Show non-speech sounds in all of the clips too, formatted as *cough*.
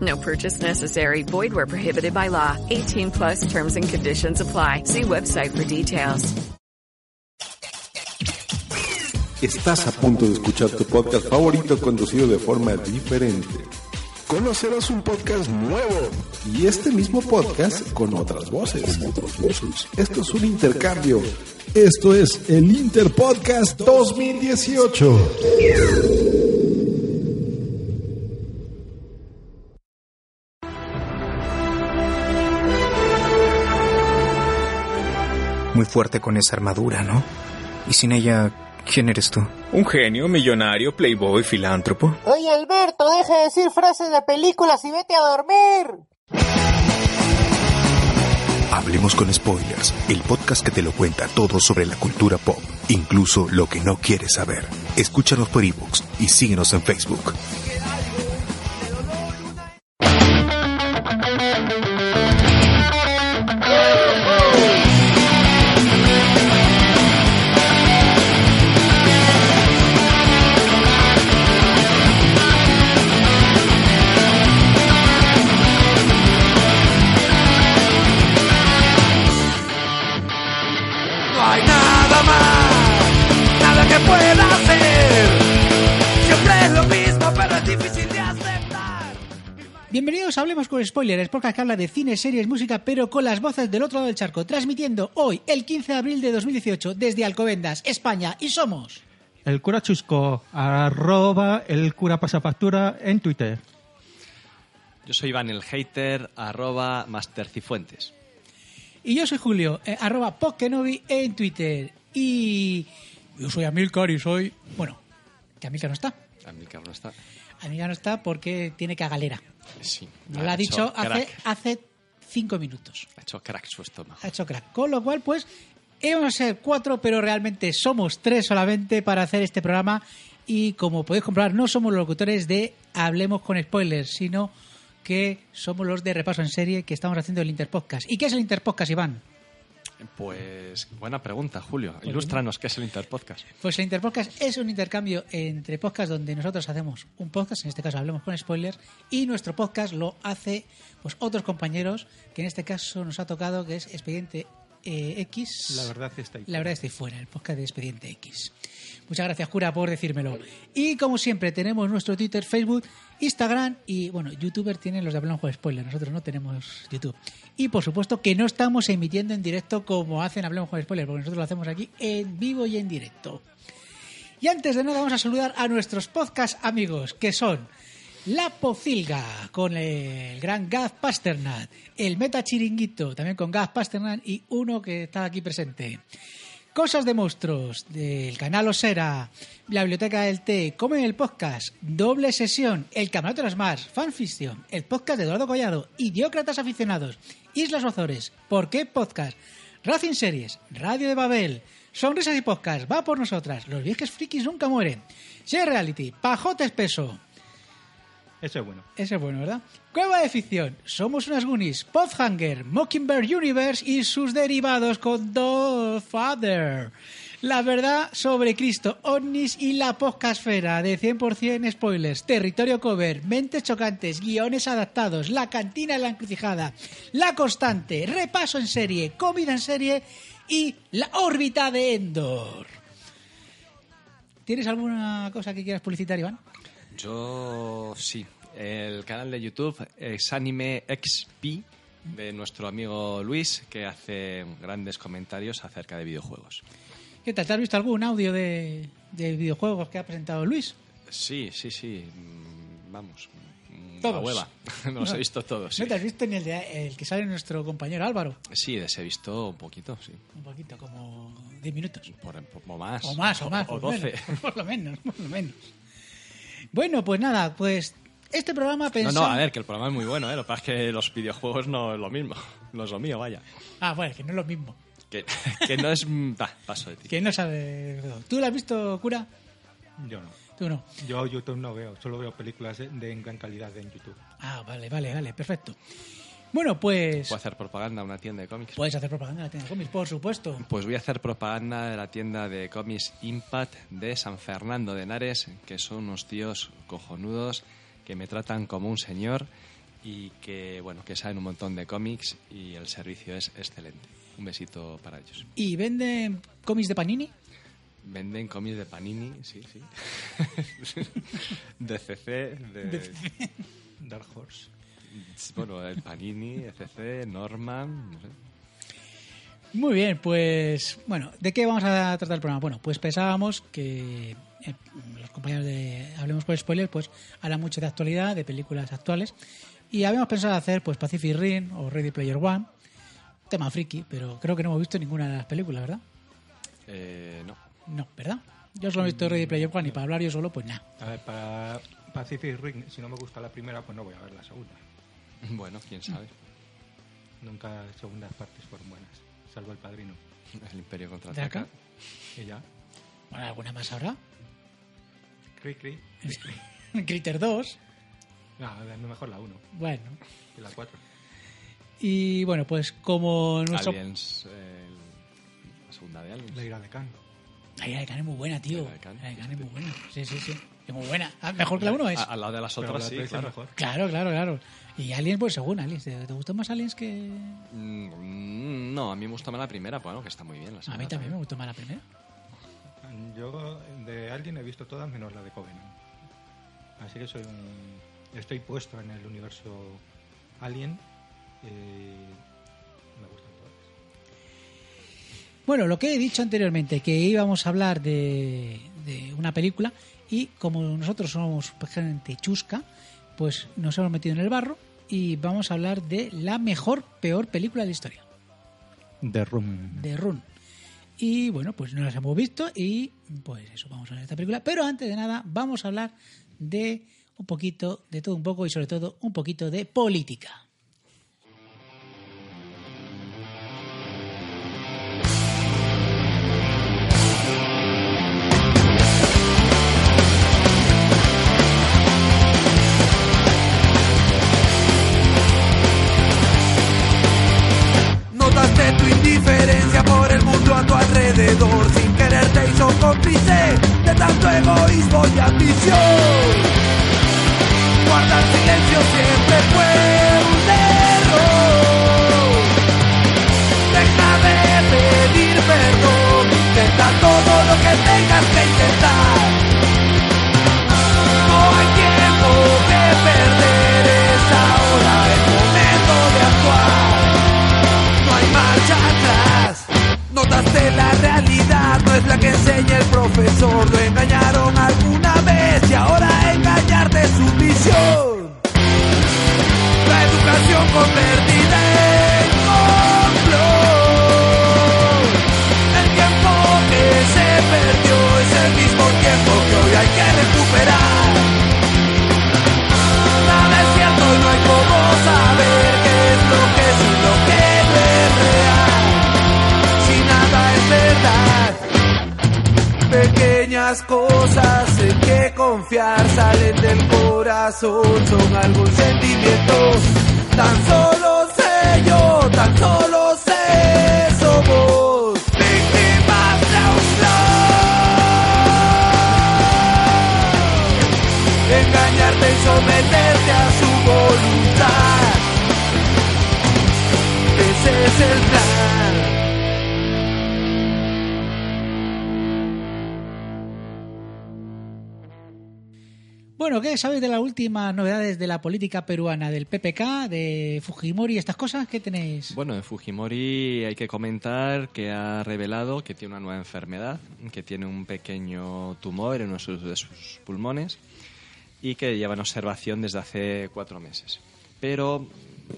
No purchase necessary. Void where prohibited by law. 18 plus terms and conditions apply. See website for details. Estás a punto de escuchar tu podcast favorito conducido de forma diferente. Conocerás un podcast nuevo y este mismo podcast con otras voces. Esto es un intercambio. Esto es el Interpodcast 2018. Muy fuerte con esa armadura, ¿no? Y sin ella, ¿quién eres tú? Un genio, millonario, playboy, filántropo. Oye, Alberto, deja de decir frases de películas y vete a dormir. Hablemos con Spoilers, el podcast que te lo cuenta todo sobre la cultura pop, incluso lo que no quieres saber. Escúchanos por iVoox y síguenos en Facebook. Bienvenidos a Hablemos con Spoilers, podcast que habla de cine, series, música, pero con las voces del otro lado del charco, transmitiendo hoy, el 15 de abril de 2018, desde Alcobendas, España, y somos... El cura chusco, arroba el cura pasapastura en Twitter. Yo soy Iván el hater, arroba mastercifuentes. Y yo soy Julio, eh, arroba pokenovi en Twitter. Y yo soy Amilcar y soy... Bueno, que Amilcar no está. Amilcar no está. Amilcar no está porque tiene cagalera. Sí. Lo ha, ha dicho hace, hace, cinco minutos. Ha hecho crack su estómago. Ha hecho crack. Con lo cual, pues, íbamos a ser cuatro, pero realmente somos tres solamente para hacer este programa. Y como podéis comprobar, no somos los locutores de Hablemos con Spoilers, sino que somos los de repaso en serie que estamos haciendo el Interpodcast. ¿Y qué es el Interpodcast, Iván? Pues buena pregunta, Julio. Ilústranos qué es el Interpodcast. Pues el Interpodcast es un intercambio entre podcasts donde nosotros hacemos un podcast, en este caso hablemos con spoilers, y nuestro podcast lo hace pues otros compañeros, que en este caso nos ha tocado que es Expediente eh, X. La verdad está ahí. La verdad estoy fuera, el podcast de Expediente X. Muchas gracias, Cura, por decírmelo. Y como siempre, tenemos nuestro Twitter, Facebook, Instagram y, bueno, YouTuber tienen los de Hablamos con Spoiler. Nosotros no tenemos YouTube. Y por supuesto que no estamos emitiendo en directo como hacen Hablemos con Spoiler, porque nosotros lo hacemos aquí en vivo y en directo. Y antes de nada, vamos a saludar a nuestros podcast amigos, que son. La Pocilga con el gran Gaz Pasternak, el Meta Chiringuito también con Gaz Pasternak y uno que está aquí presente. Cosas de Monstruos del canal Osera, la Biblioteca del Té, Come el Podcast, Doble Sesión, El Camarote de las Mars, Fanfiction, el podcast de Eduardo Collado, Idiócratas Aficionados, Islas Ozores, ¿Por qué Podcast? Racing Series, Radio de Babel, Sonrisas y Podcast, Va por nosotras, Los Viejes Frikis Nunca Mueren, Share Reality, Pajote Espeso, ese es bueno. Ese es bueno, ¿verdad? Cueva de ficción. Somos unas Goonies. Podhanger, Mockingbird Universe y sus derivados con The Father. La verdad sobre Cristo, OVNIS y la poscasfera de 100% spoilers, territorio cover, mentes chocantes, guiones adaptados, la cantina en la encrucijada, la constante, repaso en serie, comida en serie y la órbita de Endor. ¿Tienes alguna cosa que quieras publicitar, Iván? Yo sí. El canal de YouTube es Anime XP de nuestro amigo Luis, que hace grandes comentarios acerca de videojuegos. ¿Qué tal? ¿Te has visto algún audio de, de videojuegos que ha presentado Luis? Sí, sí, sí. mm, Vamos. mm, Todos. La hueva. *laughs* No los he visto todos. Pues Sí. No te has visto ni el, de- el que sale nuestro compañero Álvaro. Sí, les he visto un poquito, sí. Un poquito, como 10 minutos. Por, por- o más. O más, o más. Pues, pues O por, lo 12. menos, *laughs* por lo menos, por lo menos. Bueno, pues nada, pues este programa *laughs* No, pensamos... no, a ver, que el programa es muy bueno, ¿eh? Lo que pasa es que los videojuegos no es lo mismo. *laughs* No es lo mío, vaya. Ah, bueno, que no es lo mismo. Que, *laughs* que no es... Da, paso de ti. Que no sabe... ¿Tú lo has visto, cura? Yo no. Tú no. Yo YouTube no veo, solo veo películas de- de en gran calidad en YouTube. Ah, vale, vale, vale, perfecto. Bueno, pues... ¿Puedo hacer propaganda a una tienda de cómics? Puedes hacer propaganda en la tienda de cómics, por supuesto. Pues voy a hacer propaganda de la tienda de cómics Impact de San Fernando de Henares, que son unos tíos cojonudos que me tratan como un señor y que, bueno, que saben un montón de cómics y el servicio es excelente. Un besito para ellos. ¿Y venden cómics de Panini? Venden cómics de Panini, sí, sí. *laughs* de CC, de... Dark Horse. *laughs* Bueno, el Panini, CC, Norman, no sé. Muy bien, pues bueno, ¿de qué vamos a tratar el programa? Bueno, pues pensábamos que eh, los compañeros de Hablemos con Spoiler pues hablan mucho de actualidad, de películas actuales y habíamos pensado hacer pues Pacific Rim o Ready Player One, tema friki, pero creo que no hemos visto ninguna de las películas, ¿verdad? Eh, no. No, ¿verdad? Yo solo he visto Ready Player One y para hablar yo solo pues nada. A ver, para Pacific Ring, si no me gusta la primera, pues no voy a ver la segunda. Bueno, quién sabe. Nunca segundas partes fueron buenas, salvo el padrino. El Imperio contra ¿De acá? Y ya. Bueno, ¿alguna más habrá? *laughs* Cri, cri. Critter 2, No, a ver, mejor la 1 bueno. que la 4. Y bueno, pues como nuestro... Aliens, eh, la segunda de Aliens. La ira de Khan. La ira de Khan es muy buena, tío. La ira de Khan. La ira de Khan es muy buena. Sí, sí, sí. Es muy buena. Ah, Mejor que la 1 es. A- Al lado de las Pero otras, la sí, tres es claro. mejor. Claro, claro, claro. Y Aliens, pues según Aliens. ¿Te, te gustan más Aliens que.? Mm, No, a mí me gusta más la primera, pues, bueno, que está muy bien. A La mí segunda también me gustó más la primera. Yo de alguien he visto todas menos la de Covenant. Así que soy un... estoy puesto en el universo Alien. y me gustan todas. Bueno, lo que he dicho anteriormente, que íbamos a hablar de, de una película, y como nosotros somos gente chusca, pues nos hemos metido en el barro y vamos a hablar de la mejor, peor película de la historia. The Room. de Run. Y bueno, pues no las hemos visto y pues eso, vamos a ver esta película. Pero antes de nada, vamos a hablar de un poquito, de todo un poco y sobre todo un poquito de política. Notaste tu indiferencia por el mundo a tu alrededor. Sin querer te hizo cómplice de tanto egoísmo y ambición. Guardar silencio siempre fue un error. Déjame pedir perdón. Intenta todo lo que tengas que intentar. No hay tiempo que perder. Es ahora el momento de actuar no hay marcha atrás. Notaste la realidad, no es la que enseña el profesor. Lo engañaron alguna vez y ahora engañarte es su visión. La educación convertida en complot. El tiempo que se perdió es el mismo tiempo que hoy hay que recuperar. Nada es cierto y no hay como saber qué es lo que es y lo que no es real. Si nada es verdad, pequeñas cosas en que confiar salen del corazón, son algún sentimiento. Tan solo sé yo, tan solo sé somos víctimas de un engañarte y someterte a su voluntad. Ese es el plan. Bueno, ¿qué sabéis de las últimas novedades de la política peruana, del PPK, de Fujimori, estas cosas? ¿Qué tenéis? Bueno, de Fujimori hay que comentar que ha revelado que tiene una nueva enfermedad, que tiene un pequeño tumor en uno de sus- de sus pulmones y que lleva en observación desde hace cuatro meses. Pero,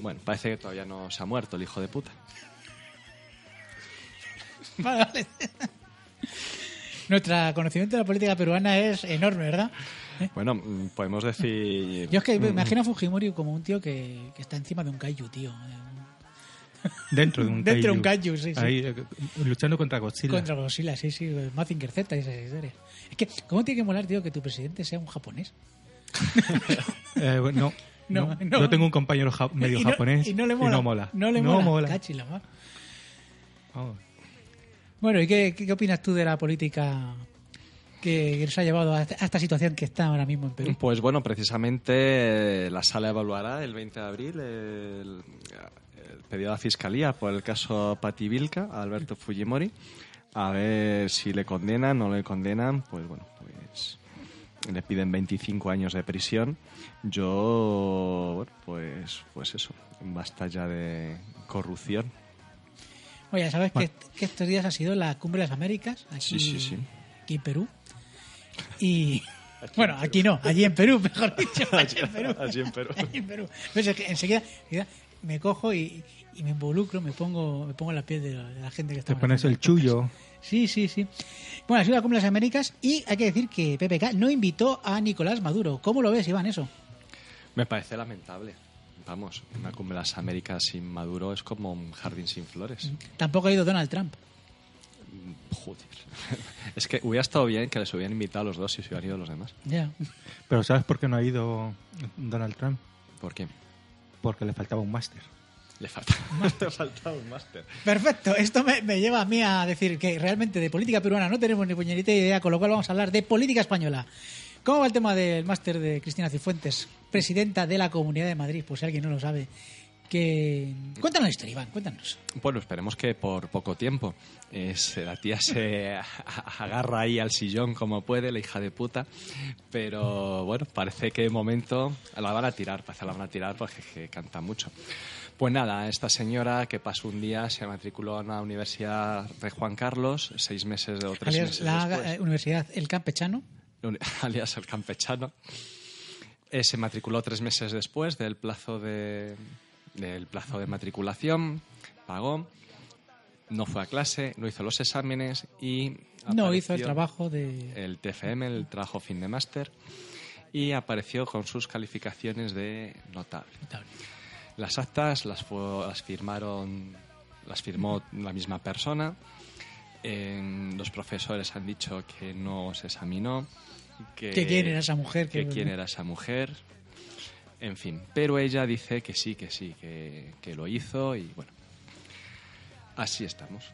bueno, parece que todavía no se ha muerto el hijo de puta. *laughs* Vale, vale. *laughs* Nuestro conocimiento de la política peruana es enorme, ¿verdad? Bueno, mm, podemos decir... ¿Eh? Yo es que me Mm, imagino a Fujimori como un tío que, que está encima de un kaiju, tío. Dentro de un Dentro de un kaiju. kaiju, sí, sí. Ahí, eh, luchando contra Godzilla. Contra Godzilla, sí, sí, Mazinger Z y esas historias. Es que, ¿cómo tiene que molar, tío, que tu presidente sea un japonés? Eh, bueno, no, *laughs* No, no, no. Yo tengo un compañero ja- medio Y no- japonés y no le mola. no mola. No le mola. Cachi la mar. Vamos. Bueno, ¿y qué, qué, qué opinas tú de la política que, que nos ha llevado a esta a esta situación que está ahora mismo en Perú? Pues bueno, precisamente eh, la sala evaluará el 20 de abril el, el pedido a la Fiscalía por el caso Pativilca a Alberto Fujimori. A ver si le condenan o no le condenan. Pues bueno, pues le piden 25 años de prisión. Yo, bueno, pues, pues eso, basta ya de corrupción. Oye, ¿sabes Bueno. que, que estos días ha sido la Cumbre de las Américas? Aquí, Sí, sí, sí. aquí en Perú. Y. bueno, aquí no, allí en Perú, mejor dicho. Allí en Perú. Allí en Perú. *laughs* Allí en Perú. Pues es que enseguida, enseguida me cojo y, y me involucro, me pongo, me pongo en la piel de la, de la gente que está Te pones el chullo. Sí, sí, sí. Bueno, ha sido la Cumbre de las Américas y hay que decir que PPK no invitó a Nicolás Maduro. ¿Cómo lo ves, Iván, eso? Me parece lamentable. Vamos, una cumbre de las Américas sin Maduro es como un jardín sin flores. Tampoco ha ido Donald Trump. Joder. *laughs* Es que hubiera estado bien que les hubieran invitado a los dos y se hubieran ido los demás. Ya. Pero ¿sabes por qué no ha ido Donald Trump? ¿Por qué? Porque le faltaba un máster. Le falta, le *laughs* falta un máster. Perfecto, esto me, me lleva a mí a decir que realmente de política peruana no tenemos ni puñetita idea, con lo cual vamos a hablar de política española. ¿Cómo va el tema del máster de Cristina Cifuentes, presidenta de la Comunidad de Madrid? Por si alguien no lo sabe. Que... Cuéntanos la historia, Iván, cuéntanos. Bueno, esperemos que por poco tiempo. Eh, se- la tía se a- a- agarra ahí al sillón como puede, la hija de puta. Pero bueno, parece que de momento la van a tirar, parece que la van a tirar porque es que canta mucho. Pues nada, esta señora que pasó un día, se matriculó en la Universidad de Juan Carlos, seis meses o tres Alias, meses la después. eh, Universidad El Campechano. Lune- *laughs* alias el campechano, eh, se matriculó tres meses después del plazo de, del plazo de matriculación, pagó, no fue a clase, no hizo los exámenes y... No apareció hizo el trabajo de... El TFM, el trabajo fin de máster, y apareció con sus calificaciones de notable. Las actas las, fue- las firmaron, las firmó la misma persona. Eh, los profesores han dicho que no se examinó. Que, Que quién era esa mujer, Que que- quién era esa mujer. En fin, pero ella dice que sí, que sí, que, que lo hizo y bueno. Así estamos.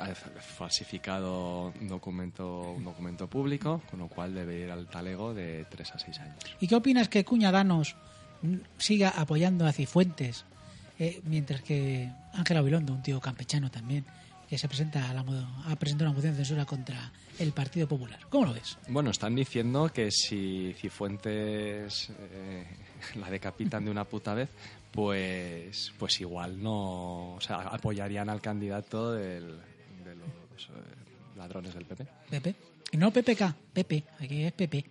Ha falsificado un documento, un documento público, con lo cual debe ir al talego de 3 a 6 años. ¿Y qué opinas que Cuñadanos mm, siga apoyando a Cifuentes? eh, mientras que Ángel Abilondo, un tío campechano también, que se presenta a la mo- ha presentado una moción de censura contra el Partido Popular. ¿Cómo lo ves? Bueno, están diciendo que si Cifuentes eh, *laughs* la decapitan de una puta vez, pues, pues igual no. O sea, apoyarían al candidato del- de los eh, ladrones del PP. Pepe. Y No PPK, Pepe, aquí es Pepe.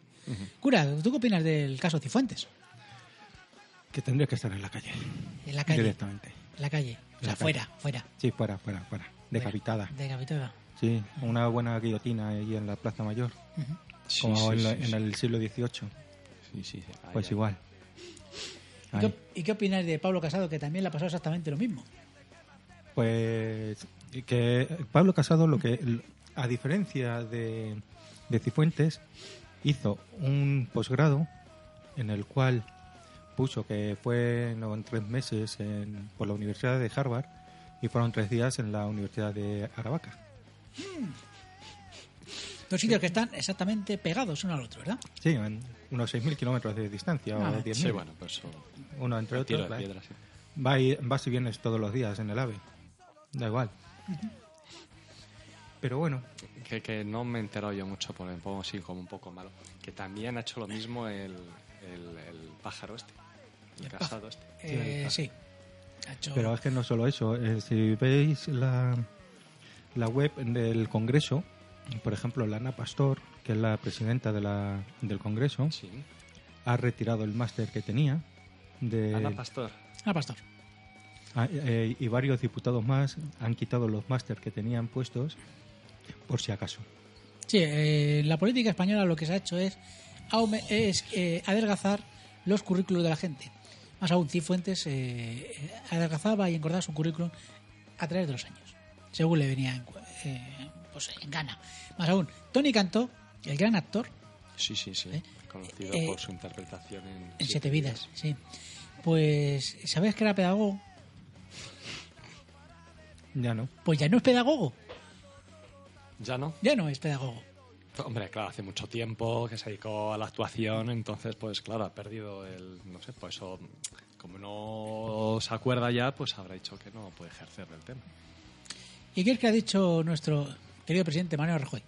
Cura, ¿tú qué opinas del caso Cifuentes? Que tendría que estar en la calle. En la calle. Directamente. En la calle. O En sea, la fuera, calle. fuera. Sí, fuera, fuera, fuera. Decapitada. Decapitada. Sí, una buena guillotina ahí en la Plaza Mayor. Ujú. Sí, Como sí, en, la- sí, en sí. el siglo XVIII. Sí, sí. ahí, Pues ahí. igual. ¿Y Ahí. qué, y qué opinas de Pablo Casado, que también le ha pasado exactamente lo mismo? Pues que Pablo Casado lo que a diferencia de, de Cifuentes hizo un posgrado en el cual puso que fueron tres meses en- por la Universidad de Harvard y fueron tres días en la Universidad de Aravaca. Dos sitios que están exactamente pegados uno al otro, ¿verdad? Sí, en unos 6.000 kilómetros de distancia. Ah, o sí, 10.000. bueno, pues eso- Uno entre a tiro otros. de va- piedra, sí. va y- Vas y vienes todos los días en el AVE. Da igual. Pero bueno. Que, que no me he enterado yo mucho porque me pongo así como un poco malo. Que también ha hecho lo mismo el, el, el pájaro este. El, casado este. Eh, sí. Ha hecho- Pero es que no solo eso. eh, si veis la, la web del Congreso, por ejemplo, Lana Pastor, que es la presidenta de la, del Congreso, Ah. ha retirado el máster que tenía. De, Ana Pastor. Ah, pastor. Ah, eh, y varios diputados más han quitado los máster que tenían puestos por si acaso. Sí, eh, la política española lo que se ha hecho es, aume- es, eh, adelgazar los currículos de la gente. Más aún, Cifuentes eh, eh, adelgazaba y engordaba su currículum a través de los años, según le venía en, cu- eh, pues, en gana. Más aún, Tony Cantó, el gran actor, Sí, sí, sí. Conocido Eh, por su interpretación en, en Siete Vidas, sí. Pues, ¿sabías que era pedagogo? Ya no. Pues ya no es pedagogo, Ya no. ya no es pedagogo. Hombre, claro, hace mucho tiempo que se dedicó a la actuación, entonces, pues claro, ha perdido el. No sé, pues eso. Como no se acuerda ya, pues habrá dicho que no puede ejercer el tema. ¿Y qué es que ha dicho nuestro querido presidente Manuel Rajoy?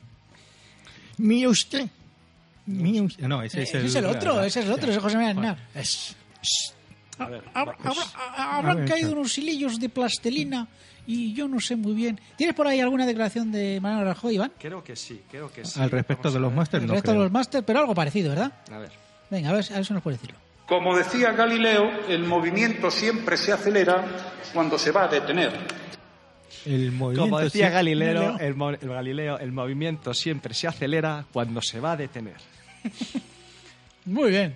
Mire usted. No, ese es Eh, el, ese es el otro, la- ese es el otro, ese es José María Aznar. Es- A ver, Habrá- habrá- ha- A habrán ver, caído claro. unos hilillos de plastelina y yo no sé muy bien. ¿Tienes por ahí alguna declaración de Manuel Rajoy, Iván? Creo que sí, creo que sí. Al respecto de los máster, El no resto creo. de los máster, pero algo parecido, ¿verdad? A ver. Venga, a ver, a ver si nos puede decirlo. Como decía Galileo, el movimiento siempre se acelera cuando se va a detener. el movimiento. Como decía sí- Galileo, eh, el, mo- el Galileo, el movimiento siempre se acelera cuando se va a detener. Muy bien.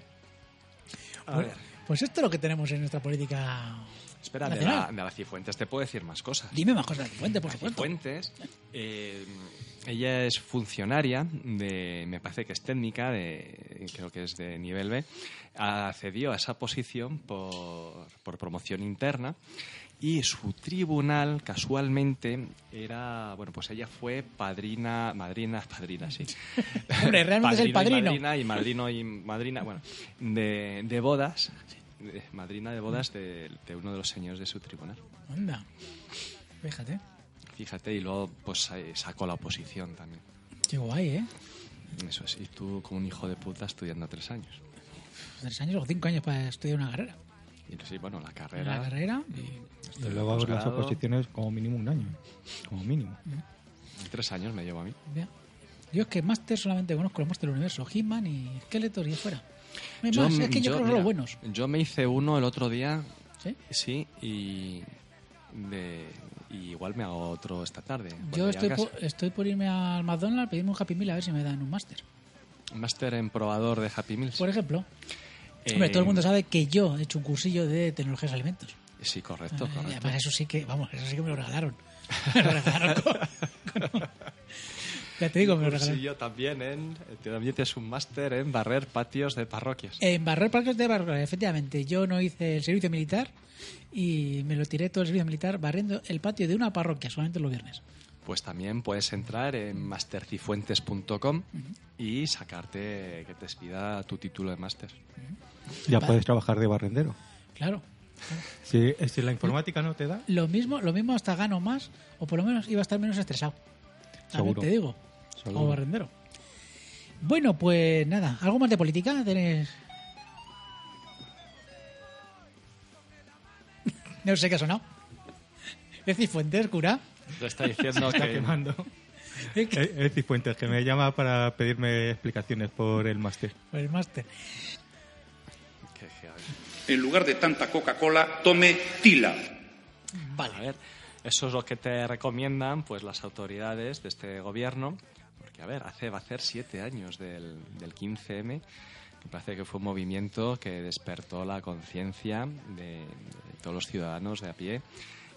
A ver, Pues esto es lo que tenemos en nuestra política. espera, de la, Nacional. de la Cifuentes te puedo decir más cosas. Dime más cosas de Cifuentes, por supuesto. Cifuentes, eh, ella es funcionaria de, me parece que es técnica, de, creo que es de nivel B, accedió a esa posición por, por promoción interna y su tribunal casualmente era, bueno, pues ella fue padrina, madrina, padrina, sí. *laughs* Hombre, realmente es el padrino. Y madrina y madrino y madrina, bueno, de, de bodas, de- madrina de bodas de- de uno de los señores de su tribunal. Anda. Fíjate. Fíjate, y luego pues eh, sacó la oposición también. Qué guay, ¿eh? Eso es, y tú como un hijo de puta estudiando tres años. Tres años o cinco años para estudiar una carrera. Y sí, bueno, la carrera. Una carrera. Y luego Hemos las ganado. oposiciones como mínimo un año. Como mínimo. Tres años me llevo a mí. Ya. Yo es que máster solamente conozco los máster del universo, He-Man y Skeletor y afuera. No hay Yo- más, es que yo, creo que yo, son mira, los buenos. Yo me hice uno el otro día. ¿Sí? y. de- y igual me hago otro esta tarde. cuando Yo llegue a estoy casa. por, estoy por irme al McDonald's, pedirme un Happy Meal a ver si me dan un máster. Máster en probador de Happy Meals. Por ejemplo. Eh, Hombre, todo el mundo sabe que yo he hecho un cursillo de tecnologías de alimentos. Sí, correcto, Eh, y correcto. además eso sí que, vamos, eso sí que me lo regalaron. *laughs* Me lo regalaron con- con- Ya te digo, me lo Sí, regalaron. yo también en. eh, También tienes un máster en barrer patios de parroquias. En Barrer Parques de Barrer, efectivamente. Yo no hice el servicio militar y me lo tiré todo el servicio militar barriendo el patio de una parroquia solamente los viernes. Pues también puedes entrar en mastercifuentes.com y sacarte que te expida tu título de máster. Ya Vale. puedes trabajar de barrendero. Claro. Si, si la informática no te da, Lo mismo, lo mismo hasta gano más, o por lo menos iba a estar menos estresado. También Seguro. te digo. Seguro. O barrendero. Bueno, pues nada. ¿Algo más de política? ¿Tenés... *laughs* No sé qué ha sonado. *laughs* Es Cifuentes, cura. Te *laughs* está diciendo está que- quemando. Eh, Es Cifuentes, que me llama para pedirme explicaciones por el máster. Por el máster. En lugar de tanta Coca-Cola, tome tila. Vale. A ver, eso es lo que te recomiendan pues las autoridades de este gobierno. Porque, a ver, hace, va a hacer siete años del, del 15M. Me parece que fue un movimiento que despertó la conciencia de, de todos los ciudadanos de a pie.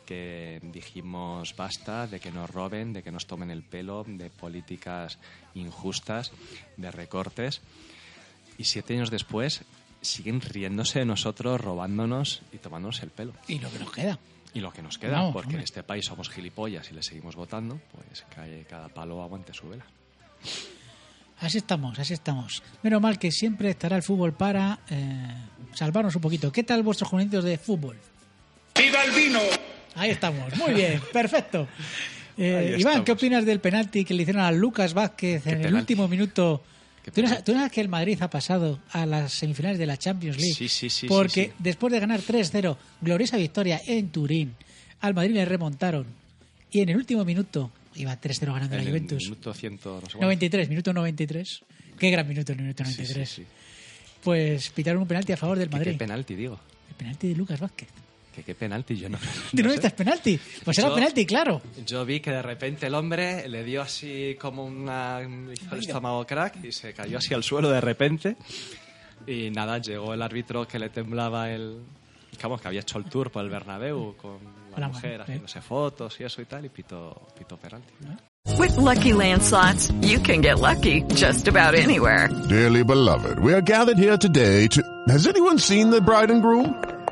Que dijimos basta de que nos roben, de que nos tomen el pelo, de políticas injustas, de recortes. Y siete años después siguen riéndose de nosotros, robándonos y tomándonos el pelo. Y lo que nos queda. Y lo que nos queda, Vamos, porque hombre. en este país somos gilipollas y le seguimos votando, pues cae cada palo aguante su vela. Así estamos, así estamos. Menos mal que siempre estará el fútbol para eh, salvarnos un poquito. ¿Qué tal vuestros juvenitos de fútbol? ¡Viva el vino! *laughs* Ahí estamos, muy bien, perfecto. Eh, Iván, ¿qué opinas del penalti que le hicieron a Lucas Vázquez en el penalti? último minuto? ¿Tú no, sabes, tú no sabes que el Madrid ha pasado a las semifinales de la Champions League? Sí, sí, sí, Porque sí, sí. después de ganar 3-0, gloriosa victoria en Turín, al Madrid le remontaron. Y en el último minuto, iba 3-0 ganando la En el Juventus. Minuto 100, no sé cuánto. 93, minuto 93. Qué gran minuto el minuto Sí, sí, 93. sí. Pues pitaron un penalti a favor del ¿Qué- Madrid. ¿Qué penalti, digo? el penalti de Lucas Vázquez. ¿Qué, qué penalti? Yo no. ¿De *laughs* no nuevo este sé. es penalti? Pues era Yo- penalti, claro. Yo vi que de repente el hombre le dio así como una, le hizo el estómago crack y se cayó así al suelo de repente. Y nada, llegó el árbitro que le temblaba el... Vamos, que había hecho el tour por el Bernabéu con la, Con la mujer mujer, ¿eh? haciéndose fotos y eso y tal, y pitó, pitó penalti. With Lucky Land slots, you can get lucky just about anywhere. Dearly beloved, we are gathered here today to. Has anyone seen the bride and groom?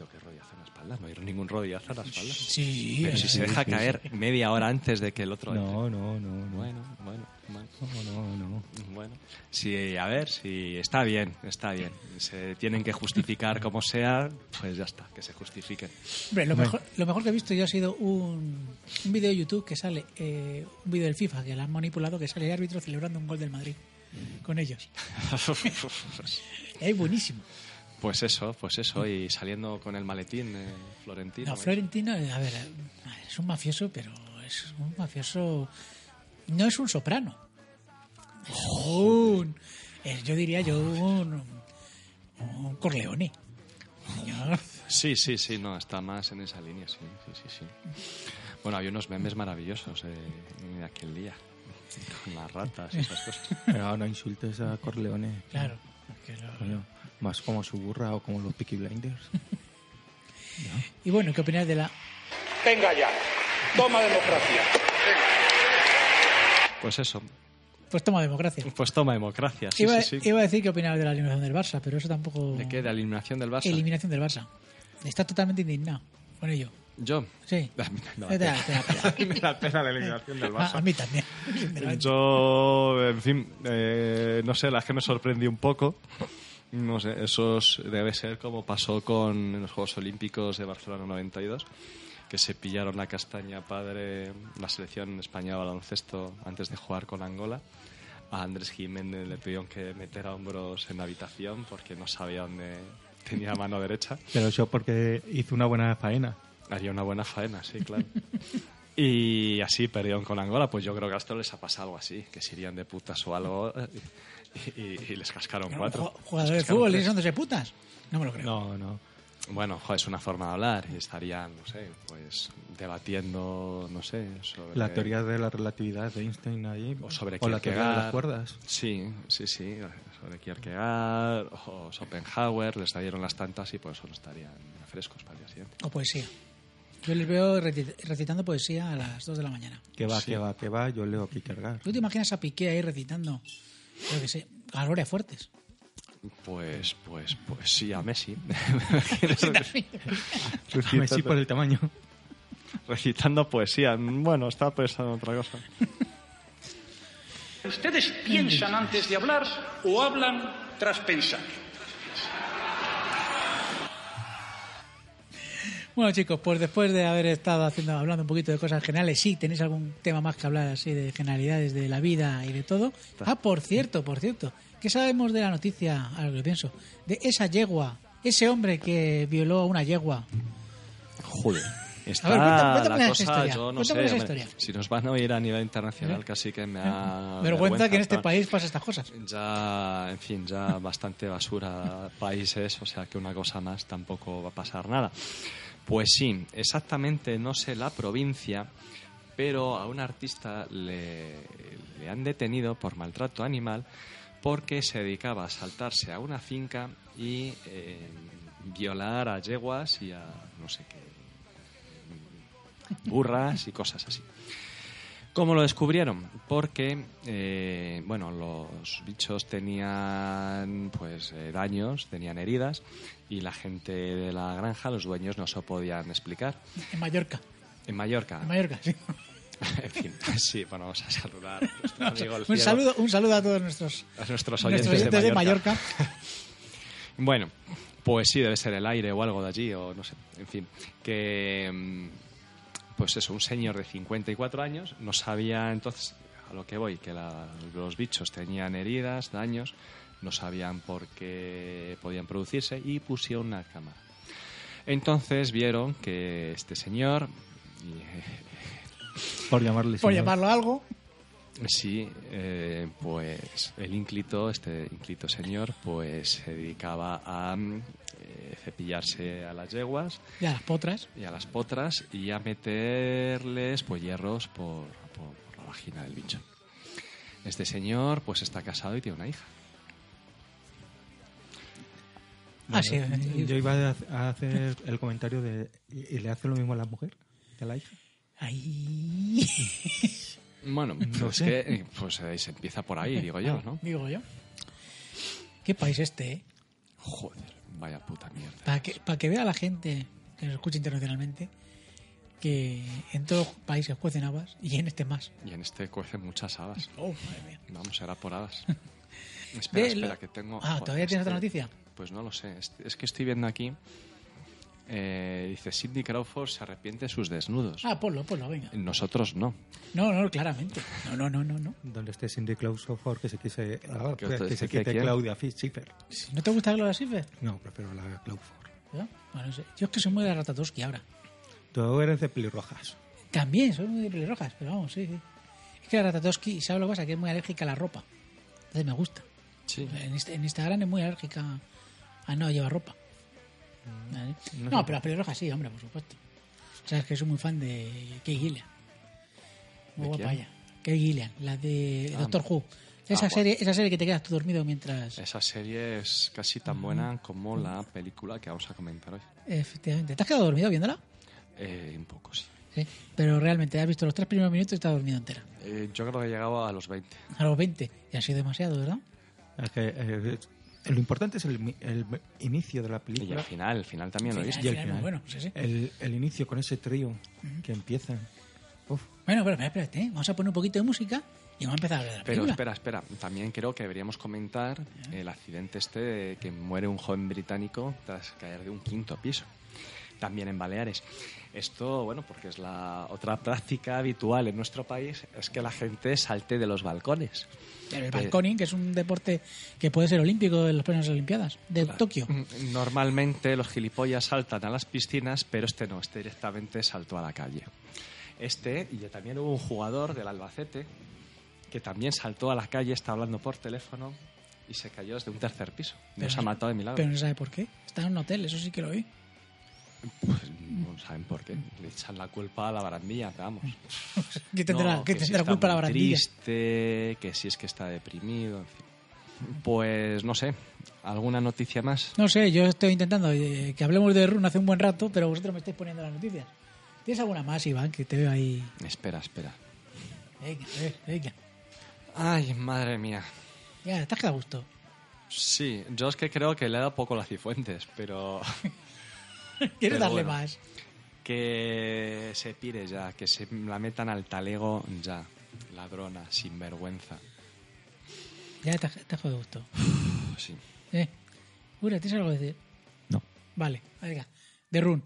Lo que rodillazo en la espalda, no hay ningún rodillazo en la espalda. Sí, Pero si sí, se deja sí, caer sí. media hora antes de que el otro... No, no, no, no. Bueno, bueno, bueno. No, no, no. Bueno, sí, a ver, si está bien, está bien. Se tienen que justificar como sea, pues ya está, que se justifiquen. *laughs* Hombre, lo, mejor, lo mejor que he visto yo ha sido un, un vídeo de YouTube que sale, eh, un vídeo del FIFA que la han manipulado, que sale el árbitro celebrando un gol del Madrid con ellos. Es buenísimo. Pues eso, pues eso, y saliendo con el maletín eh, Florentino. No, Florentino, eh, a ver, eh, a ver, es un mafioso, pero es un mafioso. No es un soprano. Es Oh, un. es, yo diría yo un. Un Corleone. Oh, Señor. Sí, sí, sí, no, está más en esa línea, sí, sí, sí. sí. Bueno, había unos memes maravillosos eh, de aquel día, con las ratas y esas cosas. Pero no insultes a Corleone. Claro, porque lo- Coño, más como su burra o como los Peaky Blinders. Y bueno, ¿qué opinas de la. Venga ya, toma democracia. Pues eso, Pues toma democracia. pues toma democracia, sí, iba, sí, sí. iba a decir qué opinabas de la eliminación del Barça, pero eso tampoco. ¿De qué? ¿De la eliminación del Barça? Eliminación del Barça. Está totalmente indignado con ello. ¿Yo? *laughs* Sí. Me Te da- te da pena. *laughs* Me da pena la eliminación del Barça. A, a mí *laughs* también. sinceramente. Yo, en fin, eh, no sé, la que me sorprendió un poco. No sé, eso es- debe ser como pasó con los Juegos Olímpicos de Barcelona 92, que se pillaron la castaña padre la selección española de baloncesto antes de jugar con Angola. A Andrés Jiménez le pidieron que metiera hombros en la habitación porque no sabía dónde tenía mano derecha. Pero eso porque hizo una buena faena. Haría una buena faena, sí, claro. y así perdieron con Angola, pues yo creo que a esto les ha pasado algo así, que se irían de putas o algo eh, y, y- y les cascaron cuatro. Ju- Jugadores de Cascaron fútbol, tres. y son de putas. No me lo creo. No, no. Bueno, jo, es una forma de hablar y estarían, no sé, pues debatiendo, no sé, sobre... La teoría de la relatividad de Einstein ahí. Pues O sobre la teoría de las Kierkegaard. cuerdas. Sí, sí, sí. Sobre Kierkegaard o Schopenhauer, les dieron las tantas y por eso no estarían frescos para el día siguiente. O poesía. Yo les veo reci- recitando poesía a las 2 de la mañana. Que va, Sí. que va, que va. Yo leo Kierkegaard. *laughs* ¿Tú te imaginas a Piqué ahí recitando, yo qué sé, a Gloria Fuertes? Pues, pues, pues sí, a *laughs* Messi. A Messi por el tamaño. recitando poesía. Bueno, estaba pensando en otra cosa. ¿Ustedes piensan antes de hablar o hablan tras pensar? Bueno, chicos, pues después de haber estado haciendo, hablando un poquito de cosas generales, sí, tenéis algún tema más que hablar así de generalidades de la vida y de todo. Ah, por cierto, por cierto, ¿qué sabemos de la noticia, ahora que lo pienso, de esa yegua, ese hombre que violó a una yegua? Joder. Está A ver, cuenta- la cuéntame esa cosa, historia, yo no cuéntame sé, esa hombre, historia. si nos van a oír a nivel internacional, ¿Eh? casi que me da Vergüenza que en este ¿no? país pasa estas cosas. Ya, en fin, ya bastante basura países, o sea que una cosa más tampoco va a pasar nada. Pues sí, exactamente no sé la provincia, pero a un artista le, le han detenido por maltrato animal porque se dedicaba a saltarse a una finca y eh, violar a yeguas y a no sé qué, burras y cosas así. ¿Cómo lo descubrieron? Porque, eh, bueno, los bichos tenían pues eh, daños, tenían heridas y la gente de la granja, los dueños, no se podían explicar. En Mallorca. En Mallorca, En Mallorca, sí. *laughs* en fin, sí, bueno, vamos a saludar a nuestro amigo el *laughs* Un ciego, saludo, un saludo a todos nuestros, a nuestros oyentes, nuestros oyentes de Mallorca. Bueno, pues sí, debe ser el aire o algo de allí, o no sé, en fin, que... mm, Pues eso, un señor de 54 años no sabía entonces, a lo que voy, que la- los bichos tenían heridas, daños, no sabían por qué podían producirse y pusieron una cámara. Entonces vieron que este señor... Por llamarle Por señor. llamarlo algo. Sí, eh, pues el ínclito, este ínclito señor, pues se dedicaba a mm, eh, cepillarse a las yeguas Y a las potras. y a las potras y a meterles pues hierros por, por- por la vagina del bicho. Este señor pues está casado y tiene una hija. Ah, sí. Yo iba a hac- a hacer el comentario de. ¿Y y le hace lo mismo a la mujer? ¿A la hija? Ay. Bueno, No pues sé. que eh, pues eh, se empieza por ahí, digo yo, *laughs* ¿no? *laughs* Digo yo. ¿Qué país este, eh? Joder, vaya puta mierda. Para que, pa' que vea la gente que nos escucha internacionalmente que en todos los países cuecen habas y en este más. Y en este cuecen muchas habas. Oh, madre mía. Vamos, era por *laughs* hadas. espera, Ve, lo- espera, que tengo... Ah, joder, ¿todavía tienes otra este- noticia? Pues no lo sé. Es, es que estoy viendo aquí... eh, dice, Sidney Crawford se arrepiente de sus desnudos. Ah, ponlo, ponlo, venga. Nosotros no. No, no, claramente. No, no, no, no. no. Donde esté Cindy Clausofort, que se quise. ah, ¿Qué que usted se dice quite quién? Claudia Fi- Schiffer. Si ¿No te gusta Gloria Schiffer? No, prefiero la Clausofort. ¿Ya? Bueno, no sé. Yo es que soy muy de Ratatouille ahora. Tú eres de pelirrojas. También, soy muy de pelirrojas, pero vamos, sí, sí. Es que la Ratatosky, ¿sabes lo que pasa? Que es muy alérgica a la ropa. Entonces me gusta. Sí. En, Inst- en Instagram es muy alérgica a no llevar ropa. Mm. ¿Vale? No, no sé. pero las pelirrojas sí, hombre, por supuesto. Sabes que soy muy fan de Kate Gillian. Muy ¿De guapa quién? ella. Kate Gillian, la de Ah, Doctor Who. Esa, guau. serie, esa serie que te quedas tú dormido mientras... Esa serie es casi tan Ah. buena como la película que vamos a comentar hoy. Efectivamente. ¿Te has quedado dormido viéndola? Eh, un poco, sí. Sí. Pero realmente, has visto los tres primeros minutos y estás dormido entera. Eh, yo creo que he llegado a los 20. A los 20. Y ha sido demasiado, ¿verdad? Es que, eh, lo importante es el, mi- el inicio de la Y película. al final, el final también lo he Final, visto. Y el final, muy bueno, sí, sí. El, el inicio con ese trío que empieza. Uf, Bueno, pero espera, espera, ¿eh? vamos a poner un poquito de música y vamos a empezar a hablar de la Pero película. espera, espera. También creo que deberíamos comentar el accidente este de que muere un joven británico tras caer de un quinto piso. También en Baleares. Esto, bueno, porque es la otra práctica habitual en nuestro país, es que la gente salte de los balcones. el Eh, balconing, que es un deporte que puede ser olímpico en las próximas Olimpiadas de Tokio. Mm, Normalmente los gilipollas saltan a las piscinas, pero este no, este directamente saltó a la calle. Este, y también hubo un jugador del Albacete que también saltó a la calle, está hablando por teléfono y se cayó desde un tercer piso. Pero No se ha no- matado de milagro. Pero no se sabe por qué. Está en un hotel, eso sí que lo vi. Pues no saben por qué. Mm. Le echan la culpa a la barandilla, pero vamos. ¿Qué tendrá, No, qué si tendrá está culpa la muy barandilla? Triste, que si es que está deprimido, en Mm. fin. Pues no sé, ¿alguna noticia más? No sé, yo estoy intentando eh, que hablemos de Run hace un buen rato, pero vosotros me estáis poniendo las noticias. ¿Tienes alguna más, Iván, que te veo ahí? Espera, espera. Venga, a ver, venga. Ay, madre mía. Ya, estás quedado a gusto. Sí, yo es que creo que le he dado poco a las cifuentes, pero. *laughs* ¿Quieres Pero darle bueno. más? que se pire ya, que se la metan al talego ya. Ladrona, sinvergüenza. Ya, estás estás quedado a gusto. Pues sí. Eh, Ura, ¿tienes algo que decir? No. Vale, venga. De Run.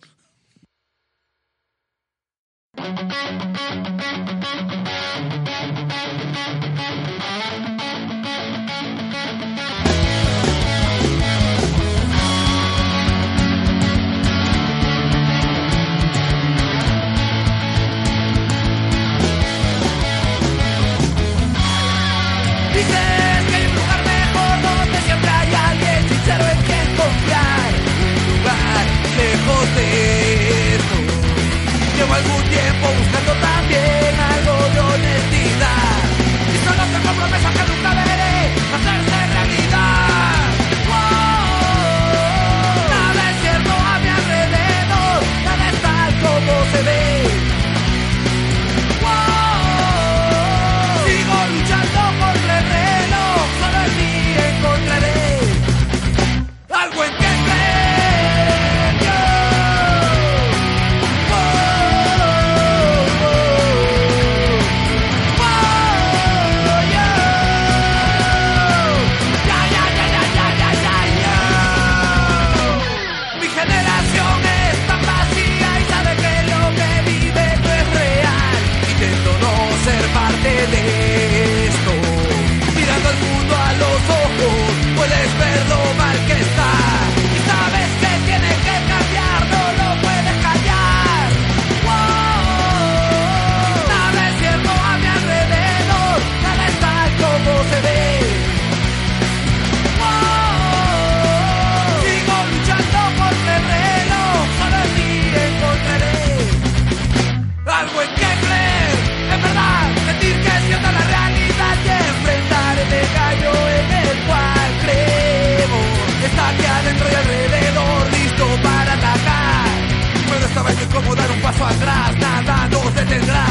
Thank sabrás ni cómo dar un paso atrás, nada nos detendrá.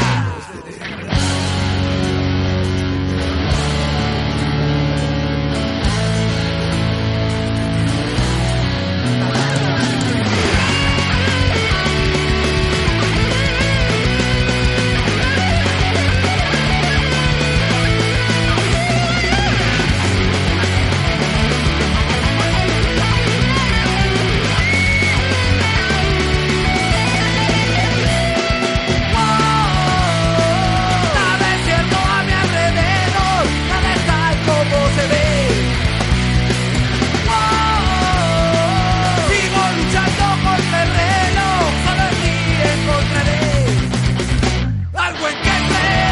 Nada es cierto a mi alrededor, nada es tal como se ve. Sigo luchando contra el reloj, solo en ti encontraré algo en que creer.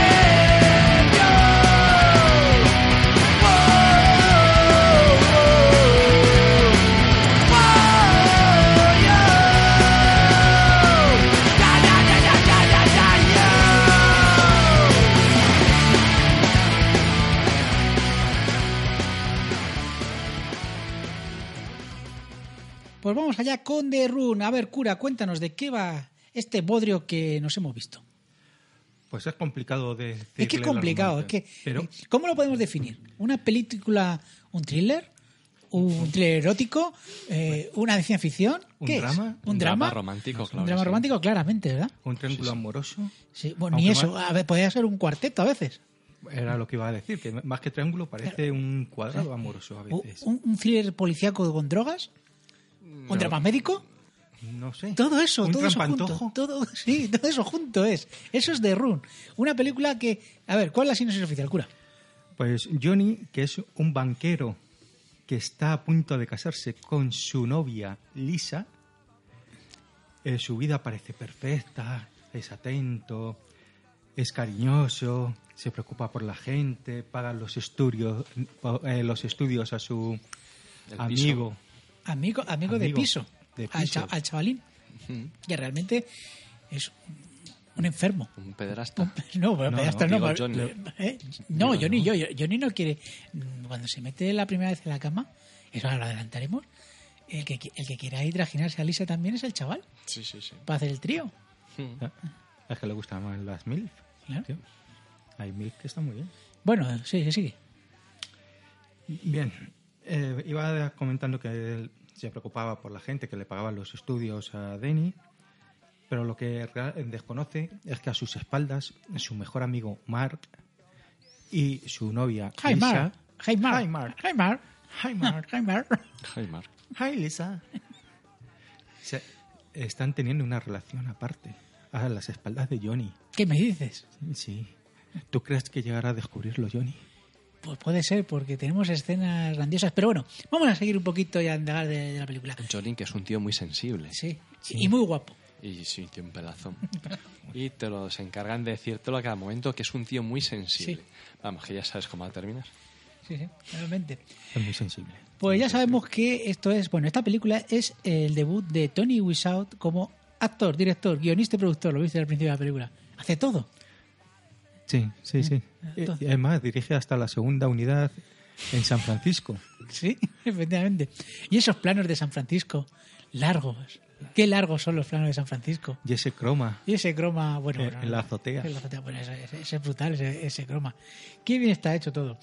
Pues vamos allá con The Run. A ver, cura, cuéntanos de qué va este bodrio que nos hemos visto. Pues es complicado de decirle Es que es el complicado, es argumento, que eh, Pero ¿cómo lo podemos definir? ¿Una película, un thriller? ¿Un thriller erótico? Eh, ¿Una de ciencia ficción? ¿Un ¿Qué es? drama? ¿Un, drama? romántico, Un claro. drama romántico, claramente, ¿verdad? un triángulo amoroso Sí, bueno, ni Aunque eso. va- A ver, podría ser un cuarteto a veces. era lo que iba a decir, que más que triángulo parece un cuadrado amoroso a ¿Un, veces. un thriller policíaco con drogas? ¿Un No. drama médico? No sé. Todo eso, Un todo eso trampantojo. junto. Todo, sí, *laughs* todo eso junto es. Eso es The Run. Una película que. A ver, ¿cuál es la sinopsis oficial, cura? Pues Johnny, que es un banquero que está a punto de casarse con su novia Lisa, eh, su vida parece perfecta, es atento, es cariñoso, se preocupa por la gente, paga los estudios, eh, los estudios a su El piso. amigo. Amigo, amigo, de Amigo piso. de Al, piso. cha- al chavalín. Que realmente es un enfermo. *laughs* Un pederasta. No, pero No, hasta no, no. digo pero- Johnny. ¿eh? No, Johnny, yo, yo- Johnny no quiere. mm, Cuando se mete la primera vez en la cama, eso ahora lo adelantaremos. El que, qui- el que quiera ir a trajinarse a Lisa también es el chaval. *laughs* Sí, sí, sí. Para hacer el trío. Ah, Es que le gustan más las MILF. Claro. tío. Hay MILF que están muy bien. Bueno, sí, sí, sí. Bien, eh, iba comentando que él se preocupaba por la gente que le pagaba los estudios a Denny, pero lo que rea- desconoce es que a sus espaldas su mejor amigo Mark y su novia Hi, Lisa, Mark. Hi, Mark. Hi, Mark. Hi, Mark. Hi, Mark. Hi, Mark. Hi, Lisa. se- están teniendo una relación aparte a las espaldas de Johnny. *laughs* ¿Qué me dices? Sí. ¿Tú crees que llegará a descubrirlo Johnny? Pues puede ser, porque tenemos escenas grandiosas. Pero bueno, vamos a seguir un poquito y a andar de, de la película. Jolín, que es un tío muy sensible. Sí. Y muy guapo. Y sí, tío, un pedazo. y te los encargan de decírtelo a cada momento, que es un tío muy sensible. Vamos, que ya sabes cómo va a terminar. Sí, sí, realmente. Es muy sensible. Pues ya sabemos que esto es, bueno, esta película es el debut de Tony Wiseau como actor, director, guionista y productor, lo viste al principio de la película. Hace todo. Sí, sí, sí. Eh, Entonces- Además, dirige hasta la segunda unidad en San Francisco. Sí, *laughs* efectivamente. Y esos planos de San Francisco, largos. Qué largos son los planos de San Francisco. Y ese croma Y ese croma, bueno, en, bueno, en la azotea. en la azotea, bueno, ese, ese- ese es brutal, ese, ese croma. Qué bien está hecho todo.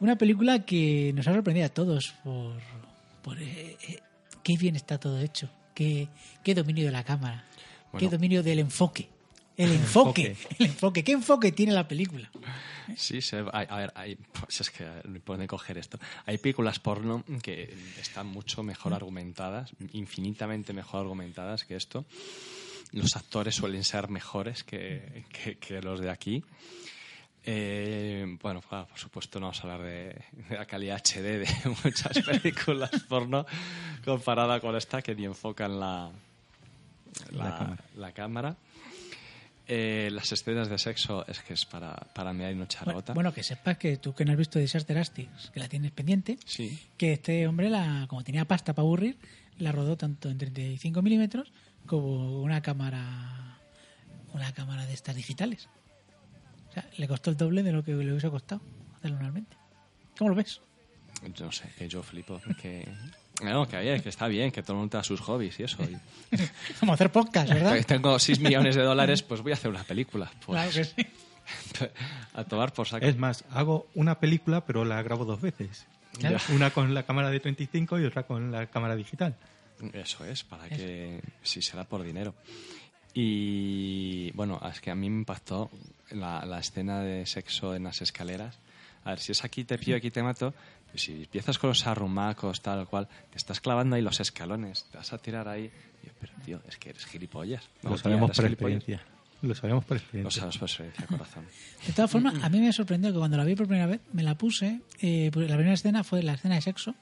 Una película que nos ha sorprendido a todos por, por, eh, eh, qué bien está todo hecho, qué, qué dominio de la cámara, Bueno. qué dominio del enfoque. El enfoque, enfoque. el enfoque. ¿Qué enfoque tiene la película? Sí, se, a, a ver, hay, pues es que me pone coger esto. Hay películas porno que están mucho mejor argumentadas, infinitamente mejor argumentadas que esto. Los actores suelen ser mejores que, que- que los de aquí. Eh, bueno, claro, por supuesto no vamos a hablar de, de la calidad HD de *laughs* muchas películas porno comparada con esta que ni enfocan la, la, La cámara. la cámara. Eh, las escenas de sexo es que es para, para mí hay una Bueno, charota. bueno, que sepas que tú que no has visto Disaster Astics, que la tienes pendiente, Sí. que este hombre, la, como tenía pasta para aburrir, la rodó tanto en 35 milímetros como una cámara una cámara de estas digitales. O sea, le costó el doble de lo que le hubiese costado hacerlo normalmente. ¿Cómo lo ves? Yo no sé, que yo flipo. Que No, que, oye, que está bien, que todo el mundo tenga sus *laughs* hobbies y eso. Y- Vamos a hacer *laughs* podcast, ¿verdad? Pues Tengo 6 millones de dólares, pues voy a hacer una película. Pues, Claro que sí. *laughs* a tomar por saco. Es más, hago una película, pero la grabo dos veces. Claro. Una con la cámara de 35 y otra con la cámara digital. Eso es, para que si se da por dinero. Y bueno, es que a mí me impactó la, la escena de sexo en las escaleras. A ver, si es aquí te pillo, aquí te mato, pues si empiezas con los arrumacos, tal cual, te estás clavando ahí los escalones, te vas a tirar ahí. Y yo, pero tío, es que eres gilipollas. Lo Vamos, tía, sabemos eres por gilipollas. experiencia. Lo sabemos por Lo experiencia. sabemos por *laughs* experiencia, corazón. De todas formas, a mí me sorprendió que cuando la vi por primera vez, me la puse, eh, porque la primera escena fue la escena de sexo,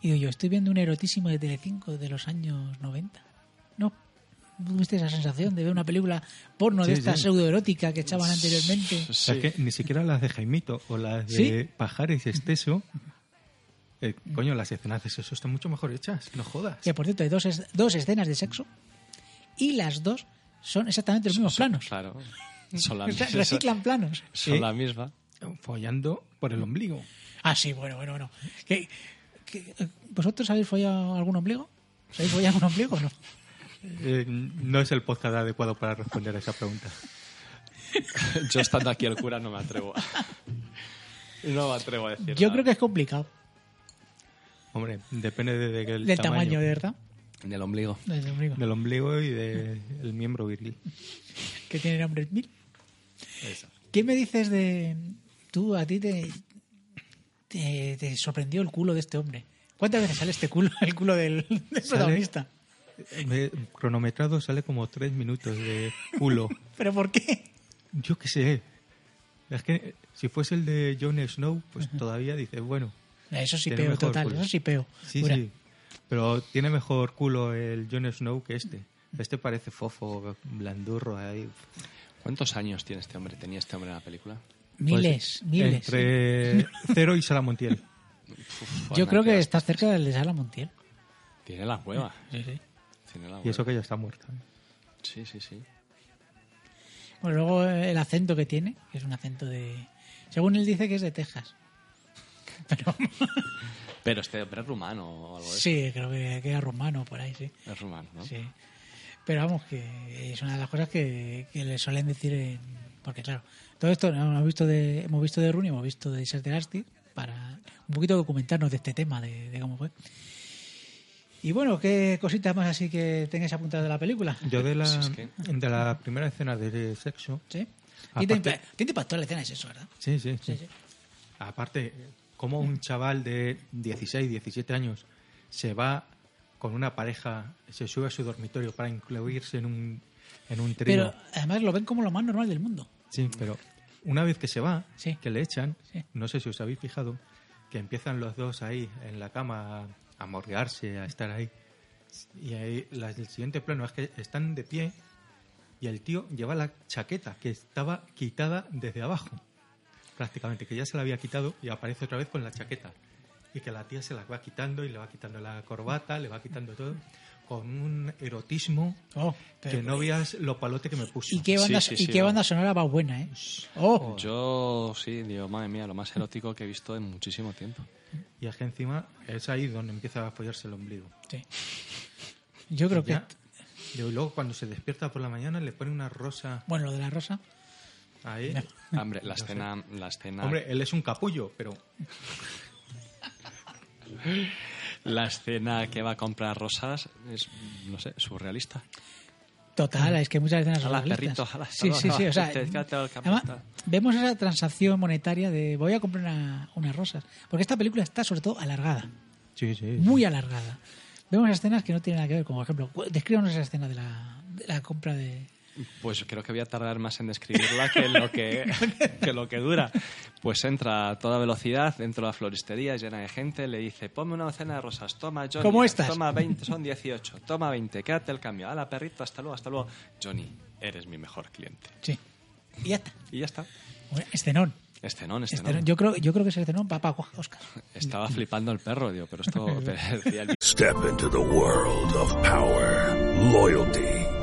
y digo yo, estoy viendo un erotísimo de Telecinco de los años 90. ¿No? ¿Tuviste esa sensación de ver una película porno de Sí, esta sí. pseudoerótica que echaban anteriormente? O sea, que ni siquiera las de Jaimito o las de ¿Sí? Pajares Esteso. eh, coño, las escenas de sexo están mucho mejor hechas, no jodas. Que por cierto, hay dos, es- dos escenas de sexo y las dos son exactamente los mismos planos. Claro. *laughs* Son la, O sea, misma- reciclan planos. son la misma. Follando por el ombligo. Ah, sí, bueno, bueno, bueno. ¿Qué- qué- ¿Vosotros habéis follado algún ombligo? ¿Os ¿Habéis follado algún ombligo o no? Eh, no es el podcast adecuado para responder a esa pregunta. *laughs* Yo estando aquí el cura no me atrevo. a- *laughs* No me atrevo a decir. Yo nada. creo que es complicado. Hombre, depende de, de- del, Del tamaño, de verdad. Del ombligo. Del ombligo. Del ombligo y del miembro viril. Que tiene nombre mil. ¿Qué me dices de. Tú, a ti te, te. te sorprendió el culo de este hombre. ¿Cuántas veces sale este culo, el culo del, del protagonista? Me- Eh, cronometrado sale como tres minutos de *laughs* culo. ¿Pero por qué? Yo qué sé. Es que eh, si fuese el de Jon Snow, pues todavía dices, bueno. Eso sí tiene peo, mejor total. culo. Eso sí peo. Sí, Pura. sí. Pero tiene mejor culo el Jon Snow que este. Este parece fofo, blandurro ahí. ¿Cuántos años tiene este hombre? ¿Tenía este hombre en la película? Miles, miles. Pues, ¿eh? Entre *laughs* Cero y Sara Montiel. Yo creo que estás cerca del de Sala Montiel. Tiene la hueva. Sí, sí. Tiene la Y hueva. eso que ya está muerta. Sí, sí, sí. Bueno, luego eh, el acento que tiene, que es un acento de. Según él dice que es de Texas. *laughs* Pero este hombre es rumano o algo de eso. Sí, creo que, que era rumano por ahí, sí. Es rumano, ¿no? Sí. Pero vamos, que es una de las cosas que, que le suelen decir en- Porque claro, todo esto no, hemos visto de, hemos visto de Rooney, hemos visto de Ser de Asti para un poquito documentarnos de este tema, de, de cómo fue. Y bueno, ¿qué cositas más así que tengáis apuntadas de la película? Yo de la, de la primera escena de sexo. ¿Sí? ¿Quién Aparte, te, impa- quién te impactó la escena es eso, verdad? sí, sí, sí. sí. Aparte, como un chaval de 16, 17 años se va con una pareja, se sube a su dormitorio para incluirse en un, en un trío. Pero además lo ven como lo más normal del mundo. Sí, pero una vez que se va, que le echan, no sé si os habéis fijado, que empiezan los dos ahí en la cama a, a morguearse, a estar ahí. Y ahí las- el siguiente plano es que están de pie y el tío lleva la chaqueta que estaba quitada desde abajo, prácticamente, que ya se la había quitado y aparece otra vez con la chaqueta. Y que la tía se la va quitando y le va quitando la corbata, le va quitando todo, con un erotismo que no veas lo palote que me puso. Oh, ¿Y qué banda, y qué banda sonora más buena, eh? ¡Oh! Yo sí, digo, madre mía, lo más erótico que he visto en muchísimo tiempo. Y es que encima es ahí donde empieza a follarse el ombligo. Sí. Yo creo que- Y luego cuando se despierta por la mañana le pone una rosa Bueno, lo de la rosa. ahí. Hombre, *laughs* la No sé. escena, la escena, Hombre, él es un capullo, pero la escena que va a comprar rosas es, no sé, surrealista. Total, es que muchas veces son Jala, realistas. perrito, jala, Sí, jala, sí, sí. O sea, te- quédate al campo, además, está. vemos esa transacción monetaria de voy a comprar una- unas rosas. Porque esta película está sobre todo alargada, Sí, sí. muy alargada. Vemos escenas que no tienen nada que ver, como por ejemplo, cu- descríbanos esa escena de la, de la compra de... Pues creo que voy a tardar más en describirla que lo *laughs* que, que lo que dura. Pues entra a toda velocidad dentro de la floristería llena de gente, le dice, ponme una docena de rosas, toma Johnny, ¿Cómo estás? toma 20, son 18, toma 20, quédate el cambio, la perrito, hasta luego, hasta luego. Johnny, eres mi mejor cliente. Sí. Y ya está. Y ya está. Este Bueno, escenón. Escenón, Este escenón. Escenón. Yo, creo, yo creo que es escenón, papá, Oscar. Estaba flipando el perro, digo, *laughs* pero esto... pero decía el- Step into the world of power, loyalty,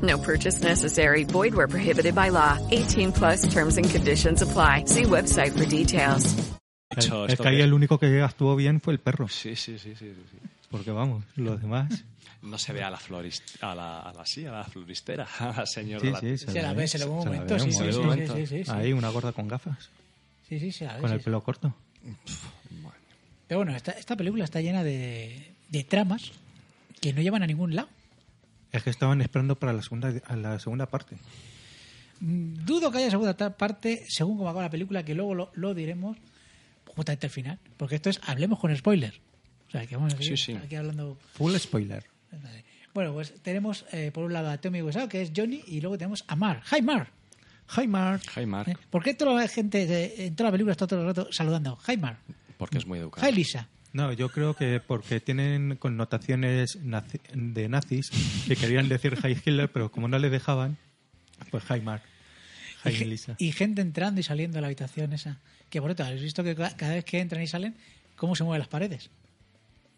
No purchase necessary. Void where prohibited by law. 18 plus terms and conditions apply. See website for details. Chao, Es esto que ahí que- el único que actuó bien fue el perro. Sí, sí, sí, sí. sí. Porque vamos, los *laughs* demás. No se ve a la florist, a la, a la, sí, a la floristera, *laughs* a la señora. Sí, la- sí, Se la ve, se la ve un momento, ve sí, un sí, momento. sí, sí, sí, sí, sí. Ahí una gorda con gafas, Sí, sí, sí, a ver, con sí, el sí. pelo corto. Pero bueno, esta, esta película está llena de, de tramas que no llevan a ningún lado. Es que estaban esperando para la segunda, a la segunda parte. Mm, Dudo que haya segunda ta- parte, según como acaba la película, que luego lo, lo diremos justamente al final. Porque esto es hablemos con spoiler. O sea, que vamos a seguir Sí, sí. aquí hablando. Full spoiler. Bueno, pues tenemos eh, por un lado a Tommy Wiseau, que es Johnny, y luego tenemos a Mark. ¡Hi, Mark! Eh, ¡Hi, Mark! ¡Hi, Mark! ¿Por qué toda la gente de- en toda la película está todo el rato saludando? ¡Hi, Mark! Porque es muy educado. ¡Hi, Lisa! No, yo creo que porque tienen connotaciones nazi- de nazis que querían decir Hi Hitler, pero como no les dejaban, pues Hi Mark, Hi ge- Lisa. y gente entrando y saliendo de la habitación esa. Que por cierto, habéis visto que ca- cada vez que entran y salen, cómo se mueven las paredes.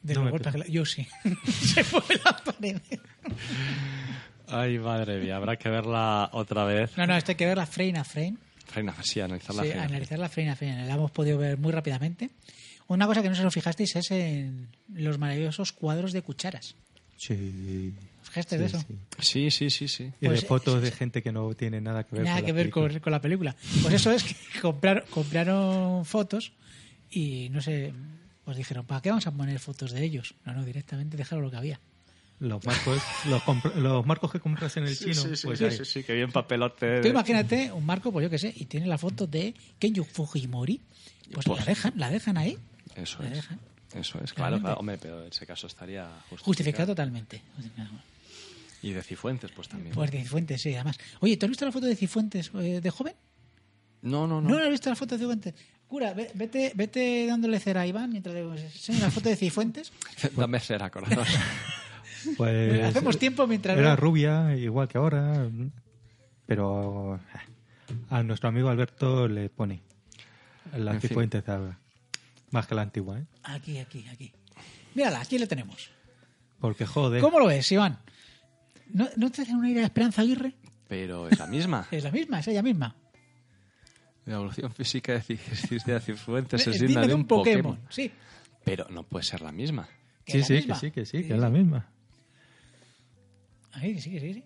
De No los me golpes que creo. le- Yo sí. *laughs* se mueven las paredes. Ay, madre mía, habrá que verla otra vez. No, no, esto hay que verla frame a frame. Reina, sí, analizarla. Sí, reina. analizarla frame a frame. La hemos podido ver muy rápidamente. Una cosa que no se os fijasteis es en los maravillosos cuadros de cucharas. Sí. ¿Os fijasteis de Sí, eso? sí. Sí, sí, sí, sí. Y Pues, de fotos de gente que no tiene nada que ver Nada con que la ver película. con, con la película. Pues eso es que *laughs* compraron, compraron fotos y no sé, pues dijeron, ¿para qué vamos a poner fotos de ellos? No, no, directamente dejaron lo que había. Los marcos, los, compr- los marcos que compras en el Sí, chino, sí, sí, pues sí, ahí. sí, sí, que bien papelote. de- Tú imagínate un marco, pues yo qué sé, y tiene la foto de Kenji Fujimori, pues Pues- la dejan, la dejan ahí, Eso la es. dejan. Eso es, claro, Claramente. claro, hombre, pero en ese caso estaría justificado. Justificado totalmente. Y de Cifuentes, pues también. Pues de Cifuentes, sí, además. Oye, ¿tú has visto la foto de Cifuentes eh, de joven? No, no, No, no. *laughs* has visto la foto de Cifuentes. Cura, ve- vete, vete dándole cera a Iván mientras le enseño la foto de *laughs* Cifuentes. Dame cera, corazón. Eh, Pues, Hacemos tiempo mientras... Era rubia, igual que ahora, pero ah, a nuestro amigo Alberto le pone la En fin. cifuentes de ahora. Más que la antigua, ¿eh? Aquí, aquí, aquí. Mírala, aquí la tenemos. Porque joder. ¿Cómo lo ves, Iván? ¿No, ¿no te hace una idea de Esperanza Aguirre? Pero es la misma. Es la misma, es ella misma. La evolución física de Ci- de Cifuentes Eh, es digna digna de un Pokémon. Sí, Pero no puede ser la misma. que es Sí, sí, que la misma. sí, que sí, que es la misma. Ahí, que sí, que sí, que sí.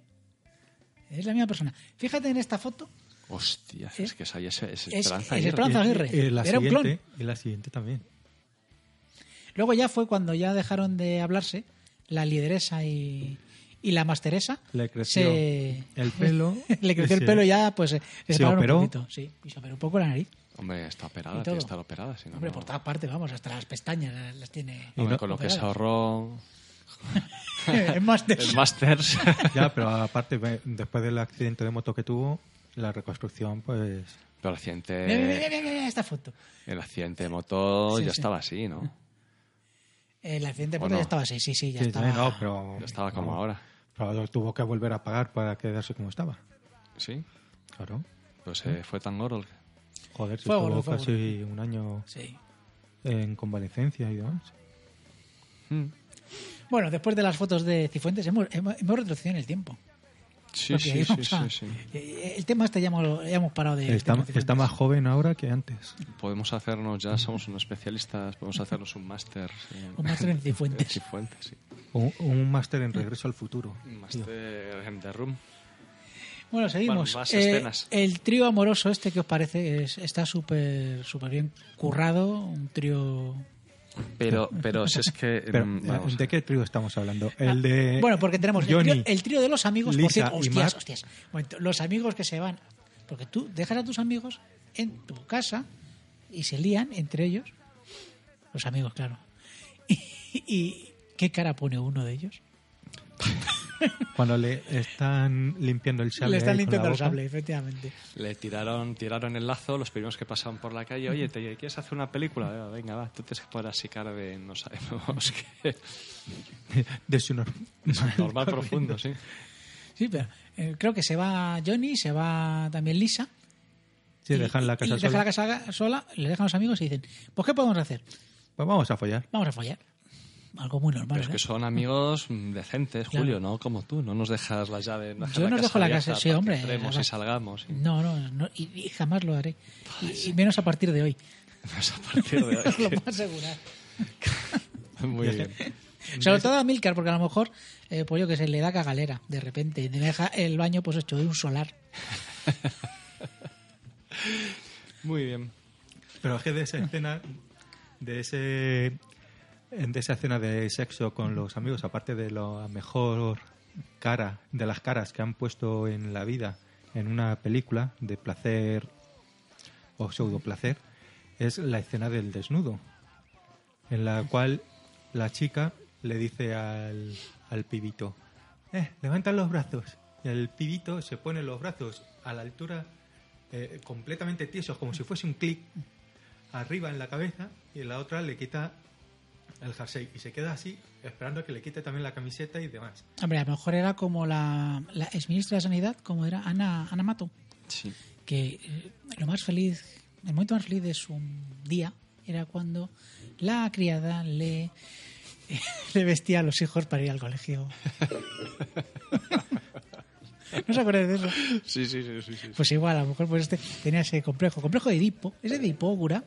Es la misma persona. Fíjate en esta foto. Hostia, es que esa ya es, es es- Esperanza es Aguirre. Esperanza Aguirre. Y la Era un siguiente, clon. Y la siguiente *laughs* también. Luego ya fue cuando ya dejaron de hablarse la lideresa y, y la masteresa. Le creció el pelo. *laughs* le creció el Se- pelo y ya, pues, eh, se se, separaron operó. un poquito. Sí, y se operó un poco la nariz. Hombre, está Y operada, todo. tiene que estar operada. Si no, Hombre, no- por todas partes, vamos, hasta las pestañas las- *laughs* las tiene. Hombre, con lo que se operadas. *laughs* ahorró. En Masters. En Masters. Ya, pero aparte, ve- después del accidente de moto que tuvo, la reconstrucción, pues. Mira, mira, Pero *laughs* el accidente, mira, mira, mira esta foto. el accidente de moto Sí, ya sí. estaba así, ¿no? El accidente de ¿O moto no? ya estaba así, sí, sí, ya sí, sí, estaba. no, Ah. pero. Ya estaba como ahora. Pero tuvo que volver a pagar para quedarse como estaba. ¿Sí? Claro. Pues eh, fue tan gordo. Joder, si Fue estuvo gordo, fue casi un año Sí. en convalecencia y demás. Mm. Bueno, después de las fotos de Cifuentes, hemos, hemos, hemos retrocedido en el tiempo. Sí, Porque sí, *laughs* ahí sí, vamos a- sí, sí. Eh, El tema este ya hemos, ya hemos parado de. Está, de- está más joven ahora que antes. Podemos hacernos, ya somos unos especialistas, podemos hacernos un máster. eh, *laughs* Un máster en Cifuentes. *laughs* en Cifuentes, sí. Un, un máster en regreso al futuro. Un máster en The Room. Bueno, seguimos. Bueno, más Eh, escenas. el trío amoroso este que os parece es- está súper súper bien currado, un trío Pero, pero si es *laughs* que. Pero, mm, vamos. ¿De qué trío estamos hablando? El de. Bueno, porque tenemos el Eh, Johnny. trío, el trío de los amigos, por Lisa cierto, y hostias, Matt. hostias. Un momento, los amigos que se van, porque tú dejas a tus amigos en tu casa y se lían entre ellos, los amigos, claro. *laughs* Y, qué cara pone uno de ellos. Cuando le están limpiando el sable. Le están ahí con la limpiando el boca. sable, efectivamente. Le tiraron, tiraron el lazo los primeros que pasaban por la calle. Oye, ¿te quieres hacer una película? Eh, Venga, va, tú te que poner así cara de no sabemos *laughs* qué. De su nor- *laughs* *laughs* Normal profundo, sí. Sí, pero eh, creo que se va Johnny, se va también Lisa. Sí, dejan la y casa deja sola. la casa sola, le dejan los amigos y dicen, pues ¿qué podemos hacer? Pues vamos a follar. Vamos a follar. Algo muy normal. Pero es ¿eh? que son amigos mm, decentes, Claro. Julio, ¿no? Como tú, no nos dejas la llave. dejas Yo la nos casa dejo la abierta casa, sí, para que hombre, Entremos y además. salgamos. sí. *laughs* No, no, no, y, y jamás lo haré. Y, y menos a partir de hoy. Menos a partir *laughs* de hoy. Os lo puedo asegurar. Muy Ya *laughs* bien. Sobre todo a Milcar, porque a lo mejor, eh, pues yo que sé, le da cagalera de repente. Y le deja el baño pues hecho de un solar. Muy bien. Pero es que de esa escena, de ese, de esa escena de sexo con los amigos, aparte de la mejor cara, de las caras que han puesto en la vida en una película de placer o pseudo placer, es la escena del desnudo, en la cual la chica le dice al, al pibito, eh, levanta los brazos. Y el pibito se pone los brazos a la altura, eh, completamente tiesos, como si fuese un clic arriba en la cabeza y en la otra le quita el jersey y se queda así esperando a que le quite también la camiseta y demás. Hombre, a lo mejor era como la, la exministra de Sanidad, como era Ana, Ana Mato, Sí. que eh, lo más feliz, el momento más feliz de su día era cuando la criada le, *laughs* le vestía a los hijos para ir al colegio. *laughs* ¿No os acordáis de eso? Sí, sí, sí, sí, sí. Pues igual, a lo mejor pues este tenía ese complejo, complejo de Edipo, ese de Hipógura,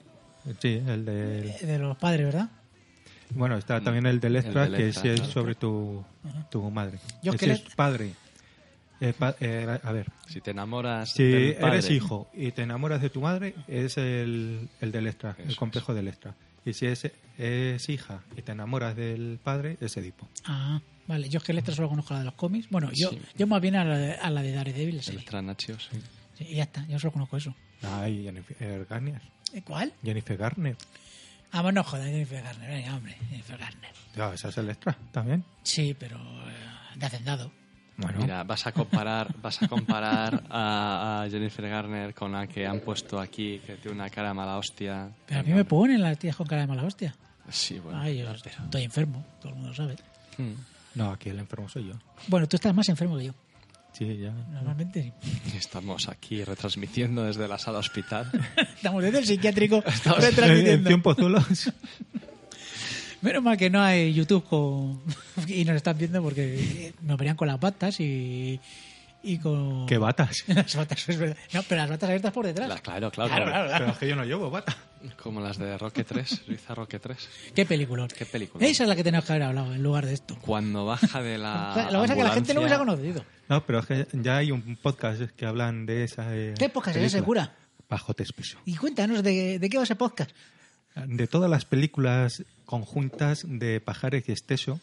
eh, Sí, el del... de los padres, ¿verdad? Bueno, está también el del extra, Mm, El del que extra, sí es claro. sobre tu, tu madre. Yo Ese que le- es padre. Eh, pa- eh, a ver, Si te enamoras. si del eres padre- hijo y te enamoras de tu madre, es el, el del extra, el complejo del extra. Y si es, es hija y te enamoras del padre, es Edipo. Ah, vale, yo es que Electra solo conozco la de los cómics. Bueno, yo, Sí. yo más bien a la de, a la de Daredevil, sí. Electra Nacho, sí. Sí, Y ya está, yo solo conozco eso. Ay, Ah, Jennifer Garner. ¿Eh, ¿Cuál? Jennifer Garner. Ah, bueno, joder, Jennifer Garner, venga, hombre, Jennifer Garner. Ya, Ah, esa es el extra también. Sí, pero eh, de hacendado. Mira, vas a comparar, vas a comparar a, a Jennifer Garner con la que han puesto aquí, que tiene una cara mala hostia. Pero a mí me ponen las tías con cara de mala hostia. Sí, bueno. Ay, yo estoy enfermo, todo el mundo lo sabe. Hmm. No, aquí el enfermo soy yo. Bueno, tú estás más enfermo que yo, Sí, ya. normalmente sí. *laughs* Estamos aquí retransmitiendo desde la sala hospital. Estamos desde el psiquiátrico *laughs* Estamos- En retransmitiendo. tiempo *laughs* zulos. Menos mal que no hay YouTube con... *laughs* y nos están viendo porque me operan con las batas y, y con... ¿Qué batas? *laughs* Las batas, es verdad. No, pero las batas abiertas por detrás. La- claro, claro, Claro, claro, claro. Pero es que yo no llevo bata. Como las de Roque 3, Riza Roque 3. Qué película. Qué película. Esa es la que tenemos que haber hablado en lugar de esto. Cuando baja de la. *laughs* lo que pasa es que la gente no hubiese Ah, ambulancia- conocido. No, pero es que ya hay un podcast que hablan de esa. eh, ¿Qué podcast es ese, película. cura? Bajo te expreso. Y cuéntanos de, de qué va ese podcast. De todas las películas conjuntas de Pajares y Esteso.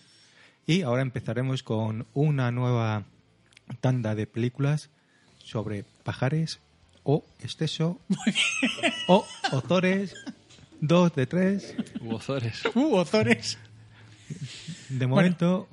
Y ahora empezaremos con una nueva tanda de películas sobre pajares o Esteso o Ozores. Dos de tres. Hubo Ozores. Uh, Ozores. De momento,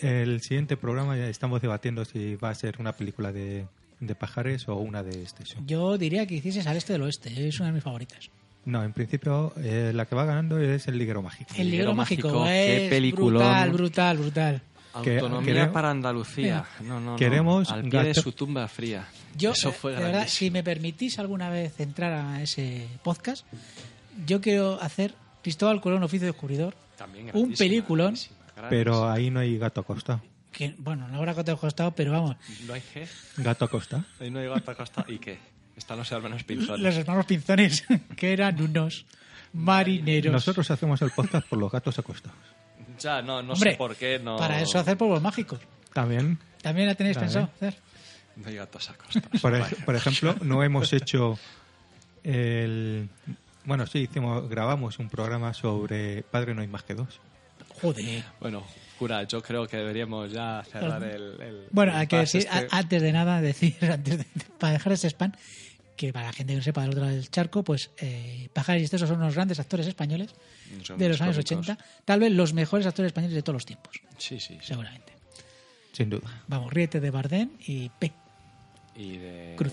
el siguiente programa ya estamos debatiendo si va a ser una película de, de pajares o una de este show. Yo diría que hicieses al este del oeste. Es una de mis favoritas. No, en principio eh, la que va ganando es el liguero mágico. El libro mágico. qué es peliculón. Brutal, brutal, brutal. Que- Autonomía queremos- para Andalucía. No, no, no. Queremos Al pie de gasto- su tumba fría. Yo, Eso eh, fue de verdad, grandísimo. si me permitís alguna vez entrar a ese podcast, yo quiero hacer Cristóbal Colón, oficio descubridor. También Un grandísima, peliculón grandísima. Pero ahí no hay gato acosta. que, bueno, no habrá que te ha costado, pero vamos, ¿No hay qué? Gato acosta. Ahí no hay gato costa. ¿Y qué? Están los hermanos pinzones. los hermanos pinzones, *laughs* que eran unos marineros. Nosotros hacemos el podcast por los gatos acostados. Ya, no, no Hombre, sé por qué. No... Para eso hacer polvos mágicos. También. También la tenéis ¿eh? Vale. pensado hacer. No hay gatos a costas. Por, ej- Vaya. por ejemplo, no hemos hecho el... Bueno, sí, hicimos, grabamos un programa sobre Padre No hay más que dos. Joder. Bueno, cura, yo creo que deberíamos ya cerrar el. el- Bueno, el hay que impasse decir, este. a- antes de nada, *laughs* decir, antes de- para dejar ese spam, que para la gente que no sepa del otro lado del charco, pues eh, Pajares y Estesos son unos grandes actores españoles Son de los años históricos. 80, tal vez los mejores actores españoles de todos los tiempos, Sí, sí, sí. seguramente. Sin duda. Vamos, ríete de Bardem y Pe Y de. Cruz.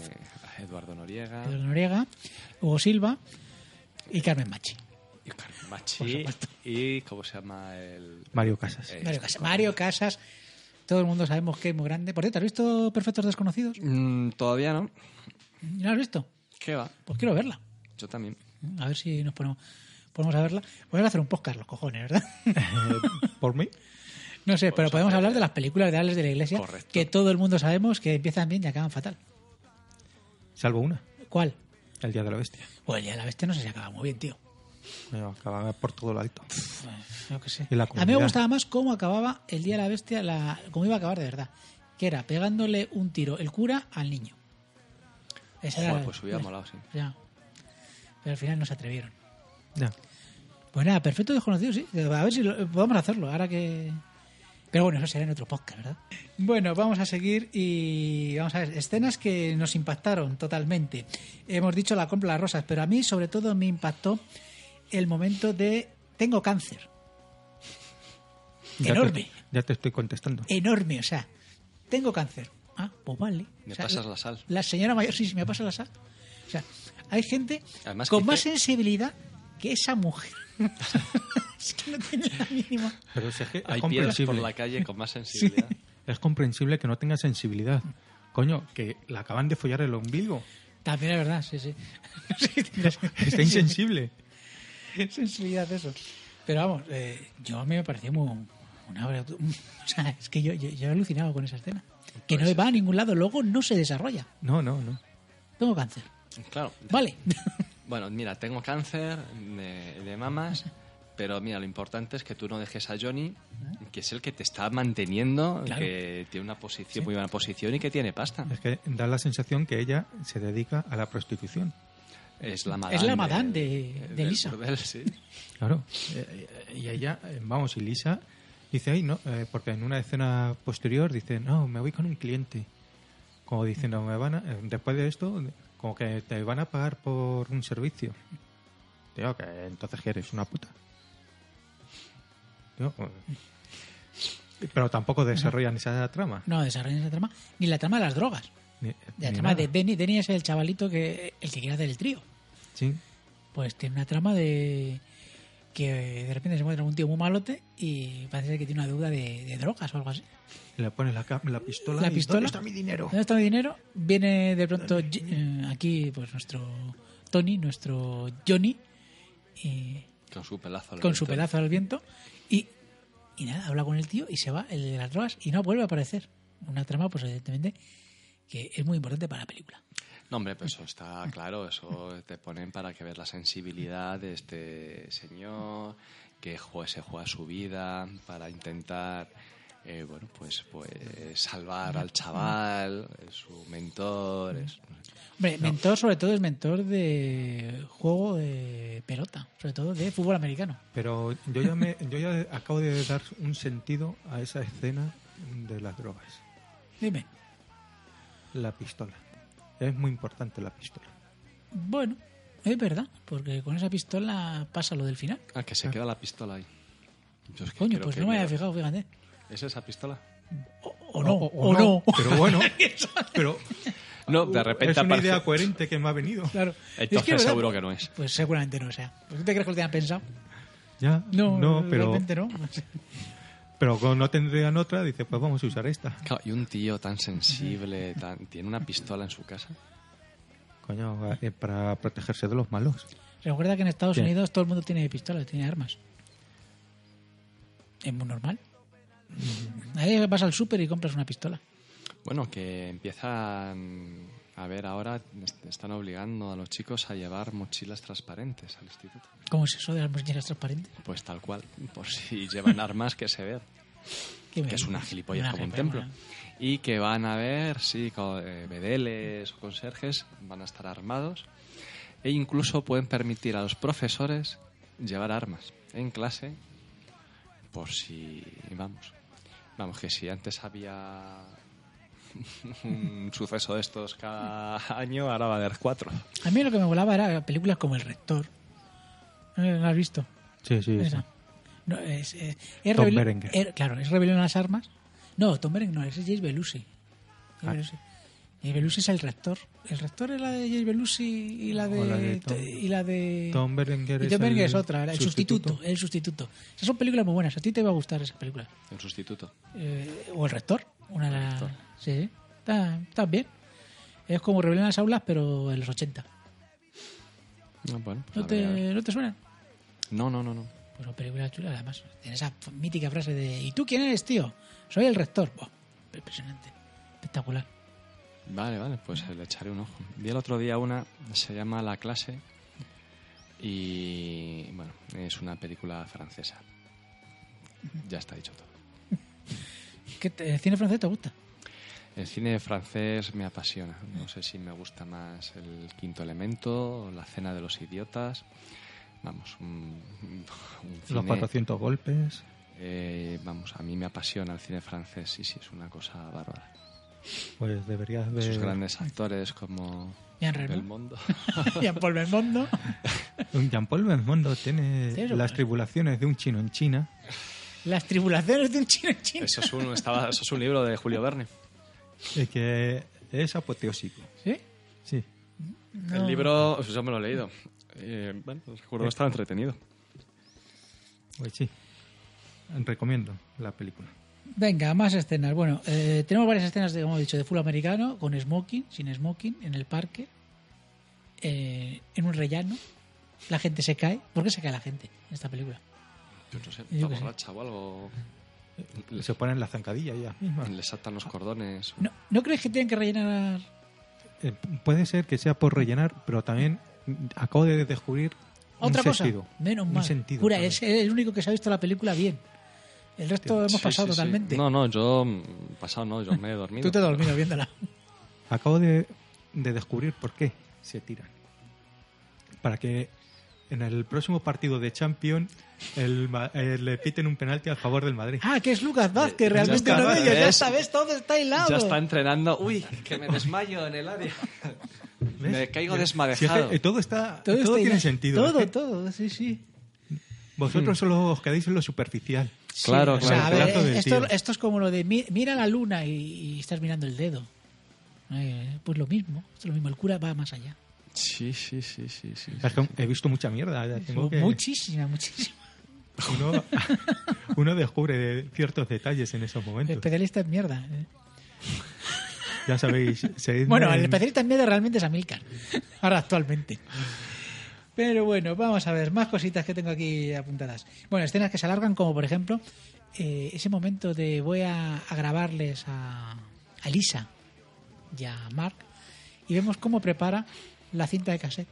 Eduardo Noriega. Pedro Noriega, Hugo Silva y Carmen Machi. Y Carmen Machi. Y. ¿Cómo se llama el. Mario Casas. Eh, Mario Casas. Mario Casas, todo el mundo sabemos que es muy grande. Por cierto, ¿has visto Perfectos Desconocidos? Mm, Todavía no. ¿No la has visto? ¿Qué va? Pues quiero verla. Yo también. A ver si nos ponemos, ponemos a verla. Podemos hacer un podcast, los cojones, ¿verdad? *laughs* Eh, ¿Por mí? No Pues sé, pero podemos hablar de las películas de Alex de la Iglesia que todo el mundo sabemos que empiezan bien y acaban fatal. Salvo una, ¿Cuál? El Día de la Bestia. Pues el día de la bestia no sé si acaba muy bien, tío. Pero acababa por todo lo alto. Yo qué sé. Y la A mí me comunidad. gustaba más cómo acababa el día de la bestia, la, cómo iba a acabar de verdad. Que era pegándole un tiro el cura al niño. Esa era Joder, la- pues hubiera molado, sí. Ya. Pero al final no se atrevieron. Ya. Pues nada, perfecto desconocido, sí. A ver si lo- podemos hacerlo, ahora que. Pero bueno, eso será en otro podcast, ¿verdad? Bueno, vamos a seguir y vamos a ver. Escenas que nos impactaron totalmente. Hemos dicho la compra de las rosas, pero a mí sobre todo me impactó el momento de tengo cáncer. Ya te- Enorme. Eh, ya te estoy contestando. Enorme, o sea, tengo cáncer. Ah, pues vale. Me O sea, pasas la sal. La señora mayor, sí, sí, me pasa la sal. O sea, hay gente Además, con que más dice- sensibilidad que esa mujer. *laughs* es que no tiene la mínima. Pero si es que es Hay piedras comprensible. por la *laughs* calle con más sensibilidad. Es comprensible que no tenga sensibilidad. Coño, que la acaban de follar el ombligo. También es verdad, sí, *laughs* sí. *laughs* Está insensible. *laughs* sensibilidad eso. Pero vamos, eh, yo a mí me pareció muy... Una, obra- *laughs* o sea, es que yo, yo, yo he alucinado con esa escena. Que no va a ningún lado, luego no se desarrolla. No, no, no. Tengo cáncer. Claro. Vale. *laughs* Bueno, mira, tengo cáncer de, de mamas, pero mira, lo importante es que tú no dejes a Johnny, que es el que te está manteniendo, Claro. que tiene una posición, muy buena posición y que tiene pasta. Es que da la sensación que ella se dedica a la prostitución. Es la madame. Es la del- madame de, de, del Lisa. burdel, sí. Claro. Eh, eh, Y ella, eh, vamos, y Lisa dice, ay, no, eh, porque en una escena posterior dice, no, me voy con un cliente. Como diciendo, me van a- eh, después de esto, como que te van a pagar por un servicio. Tío, que entonces que eres una puta. Tío, eh, pero tampoco desarrollan esa trama. No desarrollan esa trama. Ni la trama de las drogas. Ni- eh, La ni trama nada. de Denny. Denny es el chavalito que el que quiere hacer el trío. Sí. Pues tiene una trama de que de repente se encuentra un tío muy malote y parece que tiene una deuda de, de drogas o algo así. Le pones la, cap- la pistola. La y, pistola. Ah. ¿Dónde está mi dinero? ¿Dónde está mi dinero? Viene de pronto J- eh, aquí pues nuestro Tony, nuestro Johnny, y Con su pelazo. al con su viento. pedazo al viento y, y nada, habla con el tío y se va, el de las drogas, y no vuelve a aparecer. Una trama, pues evidentemente, que es muy importante para la película. No, hombre, pues eso está claro. Eso te ponen para que veas la sensibilidad de este señor, que jue- se juega su vida para intentar, eh, bueno, pues, pues salvar al chaval, es su mentor. es- Hombre, mentor sobre todo es mentor de juego de pelota, sobre todo de fútbol americano. Pero yo ya, me, yo ya acabo de dar un sentido a esa escena de las drogas. Dime. La pistola. Es muy importante la pistola. Bueno, es verdad, porque con esa pistola pasa lo del final. Ah, que se queda la pistola ahí. Yo es que Coño, creo pues que no me había mira, fijado, fíjate. ¿Es esa pistola? O no, o *laughs* no. Pero bueno, pero No, de repente Ah, uh, es una aparece- idea coherente que me ha venido. Claro. Entonces ¿verdad? seguro que no es. Pues seguramente no sea. ¿Por qué te crees que lo tenían pensado? Ya, No, no, pero, realmente no. *laughs* pero como no tendrían otra, dice, pues vamos a usar esta. Claro, y un tío tan sensible, tan, tiene una pistola en su casa. Coño, eh, para protegerse de los malos. Recuerda que en Estados Bien. Unidos todo el mundo tiene pistolas, tiene armas. Es muy normal. Ahí vas al súper y compras una pistola. Bueno, que empiezan a ver ahora, est- están obligando a los chicos a llevar mochilas transparentes al instituto. ¿Cómo es eso de las mochilas transparentes? *laughs* Pues tal cual, por si llevan armas que se vean. Qué que es una gilipollas Una como un gilipollas, templo. Y que van a ver, sí, co- eh, bedeles o conserjes, van a estar armados. E incluso pueden permitir a los profesores llevar armas en clase por si, vamos, vamos, que si antes había un suceso de estos cada año, ahora va a haber cuatro. A mí lo que me volaba era películas como El Rector. ¿No ¿Lo has visto? Sí, sí. Esa. No, es, es- es Tom rebel- Berenger. er- claro, es rebelión a las armas. No, Tom Berenger no, ese es James Belushi. James Ah. Belushi. James Belushi es el rector. El rector es la de James Belushi y la de... O la de Tom- y la de... Tom Berenger y es Tom Berenger el es otra, era el sustituto. El sustituto. Esas son películas muy buenas. A ti te va a gustar esa película. El sustituto. Eh, o el rector. Una de las... Sí, sí. Está- está bien. Es como rebelión a las aulas, pero en los 80. Ah, bueno, pues ¿No a ver, a ver. te, ¿no te suena? no, no, no, no. Pues una película chula, además. Tiene esa f- mítica frase de ¿Y tú quién eres, tío? Soy el rector. Buah, impresionante. Espectacular. Vale, vale, pues eh, le echaré un ojo. Vi el otro día una, se llama La clase y bueno, es una película francesa. Ya está dicho todo. ¿Qué te- ¿El cine francés te gusta? *laughs* El cine francés me apasiona. No sé si me gusta más El Quinto Elemento, o La Cena de los Idiotas. Vamos, un, un Los cine- 400 golpes. eh, vamos, a mí me apasiona el cine francés, sí, sí, es una cosa bárbara. Pues deberías ver. Sus grandes actores como Jean Reno. Belmondo. Jean Paul Belmondo. Un Jean-Paul Belmondo tiene Cero. las tribulaciones de un chino en China. Las tribulaciones de un chino en chino. Eso es, un, estaba, eso es un libro de Julio Verne. Es que es apoteósico. ¿Sí? Sí. El libro, pues, yo me lo he leído. Eh, bueno, recuerdo que estaba entretenido. Pues sí. Recomiendo la película. Venga, más escenas. Bueno, eh, tenemos varias escenas, de, como he dicho, de full americano, con smoking, sin smoking, en el parque, eh, en un rellano. La gente se cae. ¿Por qué se cae la gente en esta película? Yo no sé, Yo Eh, está qué sé. borracha o algo. Se ponen la zancadilla ya. misma. Le saltan los cordones. No, ¿No crees que tienen que rellenar Eh, puede ser que sea por rellenar, pero también mm, acabo de descubrir Otra un cosa, sentido. menos un mal. Sentido Cura, también. es el único que se ha visto la película bien. El resto hemos Sí, pasado sí, sí. totalmente. No, no, yo. mm, Pasado no, yo me he dormido. Tú te has dormido viéndola. Acabo de, de descubrir por qué se tiran. Para que en el próximo partido de Champions el Ma- eh, le piten un penalti a favor del Madrid. Ah, que es Lucas Vázquez, Ya realmente está, uno de ellos. Ya ¿ves? sabes, todo está hilado. Ya está entrenando. Uy, que me desmayo en el área. Me caigo desmadejado. Si es que, eh, todo está, todo, está tiene hilado. sentido. ¿eh? Todo, todo, sí, sí. Vosotros solo os quedáis en lo superficial. Claro, O sea, a El ver, pedazo del esto, tío. esto es como lo de mi- mira la luna y, y estás mirando el dedo. Eh, pues lo mismo, esto es lo mismo. El cura va más allá. Sí, sí, sí, sí. sí. Es que he visto mucha mierda. ya tengo que- Muchísima, muchísima. uno, *laughs* uno descubre ciertos detalles en esos momentos. Especialista en mierda. eh. Ya sabéis, seguidme Bueno, en- el especialista en miedo realmente es Amilcar, *laughs* ahora actualmente. Pero bueno, vamos a ver, más cositas que tengo aquí apuntadas. Bueno, escenas que se alargan, como por ejemplo, eh, ese momento de voy a, a grabarles a, a Lisa y a Mark, y vemos cómo prepara la cinta de cassette.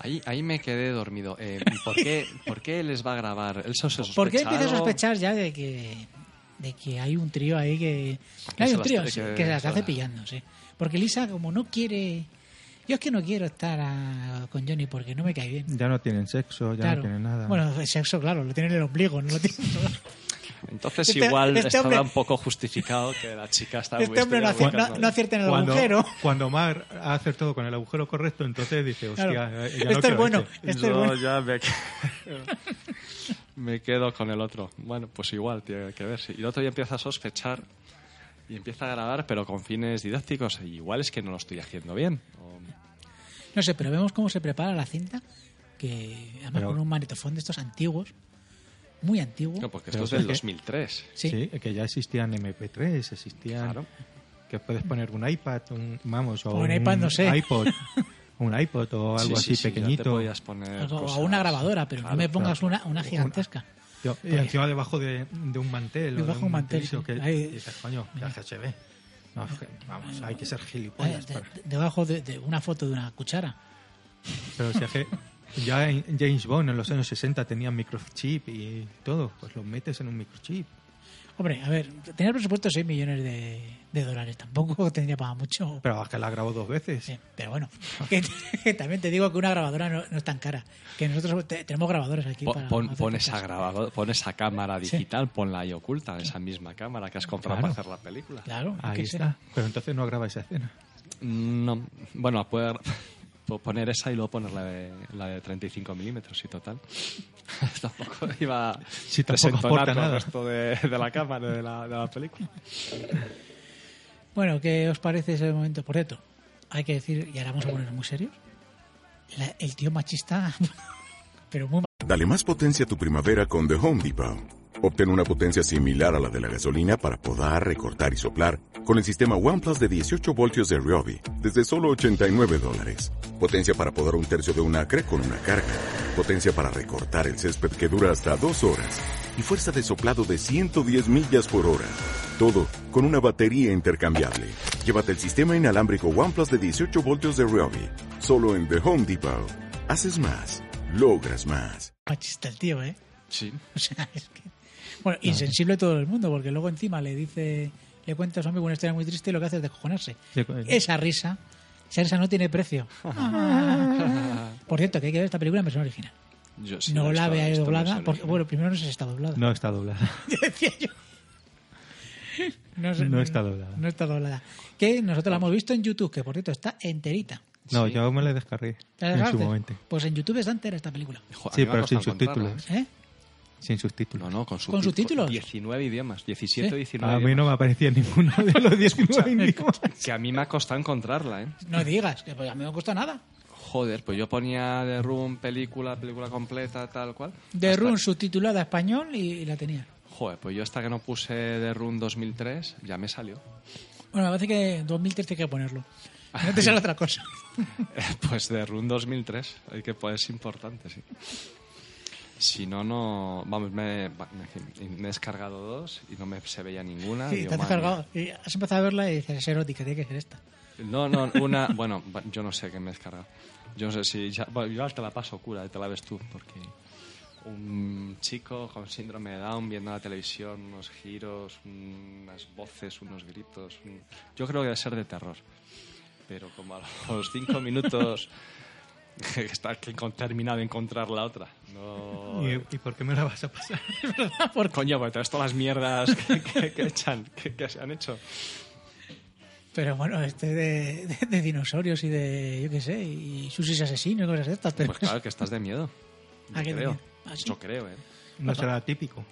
Ahí, ahí me quedé dormido. Eh, ¿por, qué, ¿Por qué les va a grabar? Él se sospecha Porque empieza a algo? sospechar ya de que, de que hay un trío ahí que. Que no hay se un las trío, trae, sí, que que se las se hace las- pillando, sí. Porque Lisa, como no quiere. Yo es que no quiero estar a- con Johnny porque no me cae bien. Ya no tienen sexo, ya Claro. no tienen nada. Bueno, el sexo, claro, lo tiene en el ombligo, no lo *laughs* tiene. Entonces Este- igual este estaba hombre- un poco justificado que la chica estaba Este hombre no hace- estuviera no- no acierta en el cuando, agujero. *laughs* *laughs* Cuando Mar ha acertado con el agujero correcto, entonces dice, hostia, Claro. eh, ya Este no es quiero bueno, esto. este es bueno. ya me... me quedo con el otro. Bueno, pues igual, tiene que ver. Y el otro ya empieza a sospechar y empieza a grabar, pero con fines didácticos. Y igual es que no lo estoy haciendo bien. O- No sé, pero vemos cómo se prepara la cinta, que además Pero- con un magnetofón de estos antiguos, muy antiguo. No, porque Pero esto es del es que- 2003. Sí. que ya existían MP3, existían... Que puedes poner un iPad, un, vamos, o O un iPad, no sé. iPod, un iPod o algo *laughs* Sí, sí, así sí, ya te pequeñito. podías poner Algo- cosas. o una grabadora, pero no Claro, me pongas claro. una, una gigantesca. Yo- y Porque- encima debajo de, de un mantel. o Debajo de un mantel, mantelito sí. que Ahí- dices, coño, la GHB. No, es que, vamos, hay que ser Eh, gilipollas. de- para- de- debajo de, de una foto de una cuchara. Pero si es que ya en James Bond en los años 60 tenía microchip y todo, pues los metes en un microchip. Hombre, a ver, tenía presupuesto 6 millones de, de dólares, tampoco *laughs* tendría para mucho. Pero es que la grabó dos veces. Sí, pero *laughs* bueno, que, que también te digo que una grabadora no, no es tan cara, que nosotros te- tenemos grabadores aquí. Pon, para pon- hacer pon podcast. esa grabado- pon esa cámara digital, ponla ahí oculta, esa misma cámara que has comprado Claro. para hacer la película. Claro, Ahí está. Pero entonces no graba esa escena. No, bueno, *laughs* puedo poner esa y luego poner la de, la de 35 milímetros y total. *laughs* tampoco iba a tampoco aporta desentonar con el nada. resto de, de la cámara de la, de la película. Bueno, ¿qué os parece ese momento? Por cierto, hay que decir, y ahora vamos a ponernos muy serios, la- el tío machista, *laughs* pero muy Dale más potencia a tu primavera con The Home Depot. Obtén una potencia similar a la de la gasolina para podar, recortar y soplar con el sistema OnePlus de 18 voltios de Ryobi desde solo 89 dólares. Potencia para podar un tercio de un acre con una carga. Potencia para recortar el césped que dura hasta dos horas. Y fuerza de soplado de 110 millas por hora. Todo con una batería intercambiable. Llévate el sistema inalámbrico OnePlus de 18 voltios de Ryobi. Solo en The Home Depot. Haces más. Logras más. machista el tío, ¿eh? Sí. *laughs* O sea, es que... Bueno, insensible todo el mundo, porque luego encima le dice, le cuenta a su amigo una historia muy triste y lo que hace es descojonarse. Sí, con- Esa risa, esa risa no tiene *laughs* precio. Ah. Por cierto, que hay que ver esta película en versión original. Yo sí no he la visto- he veáis visto doblada, versión porque, original. bueno, primero no sé si está doblada. No está doblada. *laughs* No, sé- No está doblada. No está doblada. Que nosotros la hemos visto en YouTube, que por cierto está enterita. No, yo me la descargué ¿La en su descargaste? momento. Pues en YouTube está entera esta película. Jo, a Sí, mí me ha pero sin costado subtítulos. ¿Eh? Sin subtítulos. ¿eh? No, no, con, ¿Con subtítulos? 19 idiomas, 17 Sí. o 19 Ah, A mí no idiomas. me aparecía *laughs* ninguno de los 19 idiomas. Que a mí me ha costado encontrarla, ¿eh? *laughs* No digas, que pues a mí no me cuesta nada. Joder, pues yo ponía The Room, película, película completa, tal cual. De Run subtitulada a español y, y la tenía. Joder, pues yo hasta que no puse The Room 2003 ya me salió. Bueno, me parece que en 2013 hay que ponerlo. No te sale otra cosa. *laughs* Pues de Run 2003, hay que pues, es importante, sí. Si no, no. Vamos, me, va- en fin, me he descargado dos y no me se veía ninguna. Sí, Digo, te has madre descargado. Y has empezado a verla y dices, es erótica, tiene que ser esta. mía. No, no, una. Bueno, va- yo no sé qué me he descargado. Yo no sé si. Ya, bueno, yo te la paso cura, te la ves tú, porque. Un chico con síndrome de Down viendo la televisión, unos giros, unas voces, unos gritos. un- Yo creo que debe ser de terror. Pero como a los cinco minutos *laughs* está que con- terminado de encontrar la otra. *laughs* No. ¿Y, y por qué me la vas a pasar? Coño, pues todas las mierdas que, que- que echan, que, que se han hecho. Pero bueno, este de, de- de dinosaurios y de, yo qué sé, y sushis asesinos y cosas de estas. Pero Pues claro que estás de miedo. ¿A Yo qué de creo. miedo? ¿Ah, sí? Yo creo, ¿eh? No será típico.